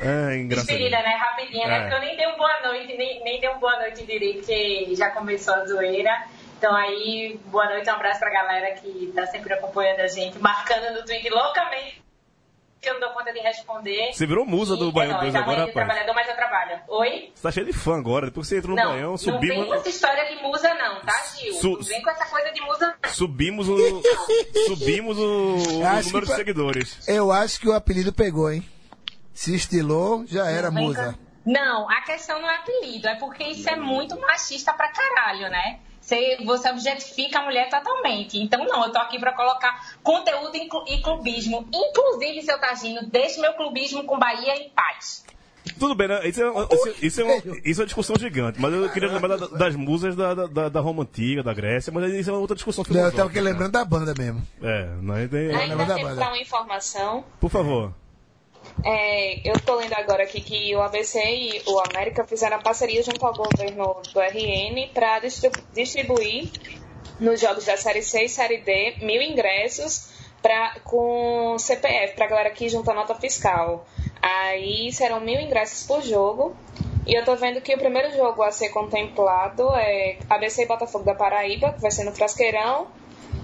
S2: É, engraçado.
S3: Despedida, né? Rapidinha,
S2: É.
S3: né? Porque eu nem dei um boa noite, nem, nem dei um boa noite direito, porque já começou a zoeira. Então aí, boa noite, um abraço pra galera que tá sempre acompanhando a gente, marcando no Twitter loucamente, que eu não dou conta de responder.
S2: Você virou musa do
S3: E
S2: Baião
S3: nóis,
S2: 2 agora,
S3: amanhã eu
S2: rapaz.
S3: trabalhador, mas eu trabalho. Oi?
S2: Você tá cheio de fã agora, depois que você entrou no
S3: não,
S2: Baião,
S3: não vem
S2: subimos.
S3: com essa história de musa não, tá, Gil?
S2: Su-
S3: não vem com essa coisa de musa não.
S2: Subimos o.
S6: (laughs)
S2: subimos o, o
S6: Acho
S2: número
S6: que
S2: de
S6: pa-
S2: seguidores.
S6: Eu acho que o apelido pegou, hein? Se estilou, já era
S3: Não vem
S6: musa.
S3: com- Não, a questão não é apelido, é porque isso é muito machista pra caralho, né? Você, você objetifica a mulher totalmente. Então, não, eu tô aqui pra colocar conteúdo e clu- e clubismo. Inclusive, seu Tagino, deixe meu clubismo com Bahia em paz.
S2: Tudo bem, né? Isso é, uma- isso, isso é uma, isso é uma discussão gigante, mas eu queria lembrar da- das musas da, da- da, da Roma Antiga, da Grécia, mas isso é uma outra discussão
S6: Não, tá eu
S2: filosófica.
S6: tava aqui lembrando da banda mesmo.
S2: É, nós tem-
S9: Ainda
S6: manda
S9: tem que
S6: bala.
S9: dar
S2: né?
S9: uma informação.
S2: Por favor.
S9: É, eu tô lendo agora aqui que o ABC e o América fizeram a parceria junto ao governo do RN para distribuir nos jogos da Série C e Série D mil ingressos pra, com CPF, pra galera que junta nota fiscal. Aí serão mil ingressos por jogo. E eu tô vendo que o primeiro jogo a ser contemplado é ABC e Botafogo da Paraíba, que vai ser no Frasqueirão.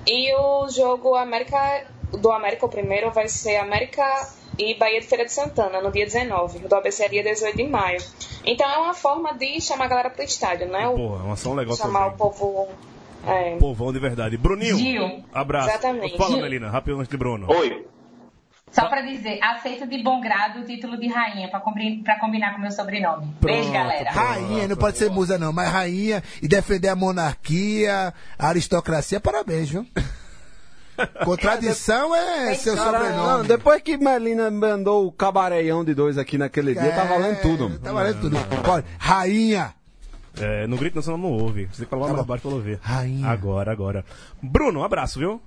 S9: E o jogo América do América, o primeiro, vai ser América e Bahia de Feira de Santana, no dia 19. O do ABC é dia 18 de maio. Então é uma forma de chamar a galera pro estádio, né? O-
S2: Porra, é uma ação legal
S9: chamar o
S2: também.
S9: povo. é,
S2: Povão de verdade. Bruninho,
S3: Gil.
S2: abraço.
S9: Exatamente.
S2: Fala,
S9: Gil.
S2: Melina, rápido antes de Bruno.
S7: Oi.
S3: Só pra dizer, aceito de bom grado o título de rainha, pra, combri- pra combinar com o meu sobrenome. Beijo, galera.
S6: tá Rainha, não pode ser musa não, mas rainha e defender a monarquia, a aristocracia, parabéns, viu? Contradição é seu
S5: Não,
S6: sobrenome.
S5: depois que Melina mandou o cabareião de dois aqui naquele dia, tá valendo
S6: É,
S5: tudo.
S6: Tá valendo tudo. Olha, rainha.
S2: É, no grito nacional não ouve. Você tem que falar mais
S6: Tá bom.
S2: baixo pra eu ouvir.
S6: Rainha.
S2: Agora, agora. Bruno, um abraço, viu?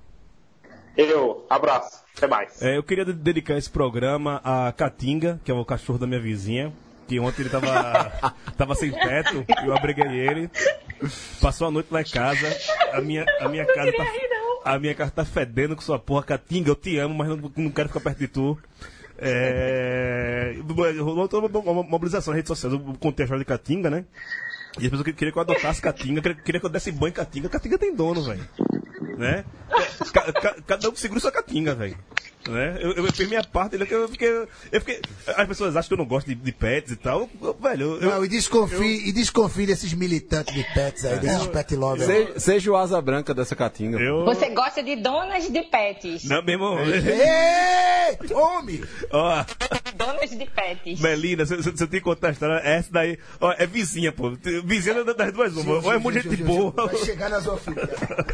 S7: Eu, abraço. Até mais.
S2: É, eu queria de- dedicar esse programa a Catinga, que é o cachorro da minha vizinha, que ontem ele tava, tava sem teto, eu abriguei ele. Passou a noite lá em casa. A minha, a minha casa tá, A minha casa tá fedendo com sua porra, Catinga, eu te amo, mas não, não quero ficar perto de tu. É, rolou toda uma- uma mobilização nas redes sociais. Eu contei a história de Catinga, né? E as pessoas que- queriam que eu adotasse Catinga, queria- queria que eu desse banho em Catinga. Catinga tem dono, velho. Né? Ca- ca- cada um segura sua Catinga, velho. Né? Eu, eu fiz minha parte, ele- eu fiquei, eu fiquei. As pessoas acham que eu não gosto de, de pets e tal. Eu- velho, eu,
S6: Não, e desconfie, e desconfie desses militantes de pets aí, desses pet lovers.
S5: Se- Seja o asa branca dessa catinga.
S2: eu-
S3: Você gosta de donas de pets. (laughs)
S2: Não, meu irmão.
S6: É. Ei, homem!
S2: Ó,
S3: Donas de pets.
S2: Melina, você- você você tem que contar a história. Essa daí, ó, é vizinha, pô. Vizinha da- das duas, uma. Ou é muito gente boa,
S6: Vai chegar na zoofilia.
S2: (laughs)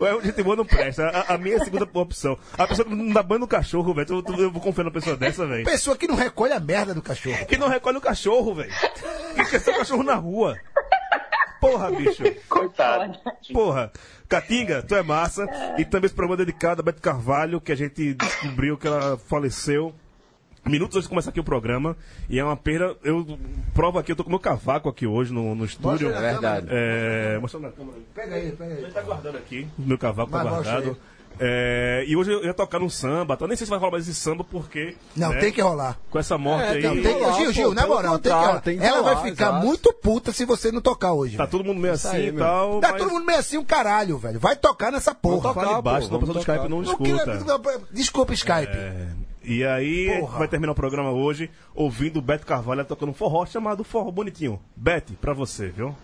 S2: ou é gente boa não presta. A, a minha é a segunda opção. A pessoa que não dá banho no cachorro, velho. Eu, eu vou confiar numa pessoa dessa, velho.
S6: Pessoa que não recolhe a merda do cachorro.
S2: Que não recolhe o cachorro, velho. Que esqueceu o cachorro na rua. Porra, bicho.
S7: Coitado.
S2: Porra. Catinga, tu é massa. E também esse programa dedicado a Beto Carvalho, que a gente descobriu que ela faleceu. Minutos antes de começar aqui o programa. E é uma perda. Eu provo aqui, eu tô com meu cavaco aqui hoje no, no estúdio.
S5: É verdade.
S2: É, mostrando na câmera. aí.
S6: Pega aí, pega aí.
S2: Tá guardado aqui. Meu cavaco tá
S6: Vai, mostra
S2: guardado. É, e hoje eu ia tocar num samba, tá? nem sei se vai rolar mais esse samba, porque.
S6: Não,
S2: né,
S6: tem que rolar.
S2: Com essa morte aí.
S6: Não, tem que,
S5: rolar,
S6: Gil, Gil,
S5: pô,
S6: na
S5: pelo
S6: moral, tem que
S5: contrário,
S6: rolar.
S5: tem que
S6: Ela vai
S5: rolar,
S6: ficar
S5: exato.
S6: muito puta se você não tocar hoje.
S2: Tá
S6: velho.
S2: todo mundo meio assim
S5: aí,
S2: e
S5: meu.
S2: tal.
S6: Tá
S2: mas-
S6: todo mundo meio assim, um caralho, velho. Vai tocar nessa porra.
S2: Fala
S5: Tocar,
S2: de baixo,
S5: pô,
S2: senão a pessoa do
S5: vamos
S2: Skype
S5: tocar.
S2: não
S6: Não
S2: escuta.
S6: queria- Desculpa, Skype.
S5: É.
S2: E aí, a gente
S6: Porra.
S2: vai terminar o programa hoje ouvindo o Beto Carvalho tocando um forró chamado Forró Bonitinho. Bete, pra você, viu?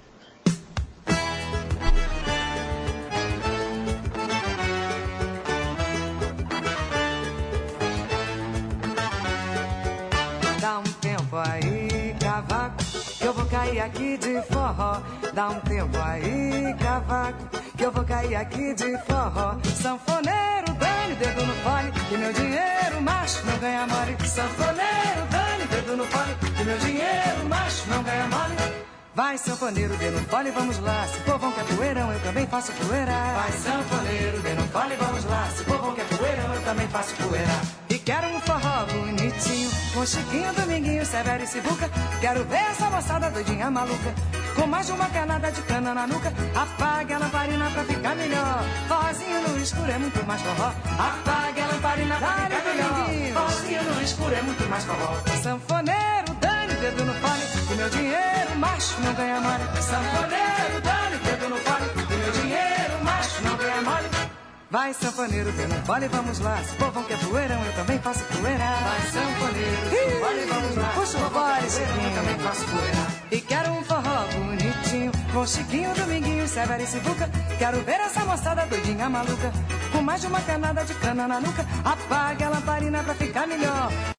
S8: Dá um tempo aí, cavaco, que eu vou cair aqui de forró. Dá um tempo aí, cavaco, que eu vou cair aqui de forró. Sanfoneiro, dane, dedo no fole, que meu dinheiro macho não ganha mole. Sanfoneiro, dane, dedo no fole, que meu dinheiro macho não ganha mole. Vai, sanfoneiro, dedo no fole, vamos lá. Se povão quer é poeirão, eu também faço poeira. Vai, sanfoneiro, dedo no fole, vamos lá. Se povão quer é poeirão, eu também faço poeira. E quero um forró bonitinho Com Chiquinho, Dominguinho, Severo e Cibuca Quero ver essa moçada doidinha maluca Com mais de uma canada de cana na nuca Apague a lamparina pra ficar melhor Forrozinho no escuro é muito mais forró Apague a lamparina pra ficar melhor Forrozinho no escuro é muito mais forró Sanfoneiro, dane dedo no fone Que meu dinheiro macho não ganha mole Sanfoneiro, dane dedo no fone Que meu dinheiro macho não ganha mole Vai, sanfoneiro, pelo vale, vamos lá. Se o povão quer poeirão, eu também faço poeira. Vai, sanfoneiro, vale, vamos lá. Puxa o vovó, Chiquinho, eu também faço poeira. E quero um forró bonitinho, com Chiquinho, Dominguinho, Severo e Cibuca. Quero ver essa moçada doidinha maluca, com mais de uma canada de cana na nuca. Apaga a lamparina pra ficar melhor.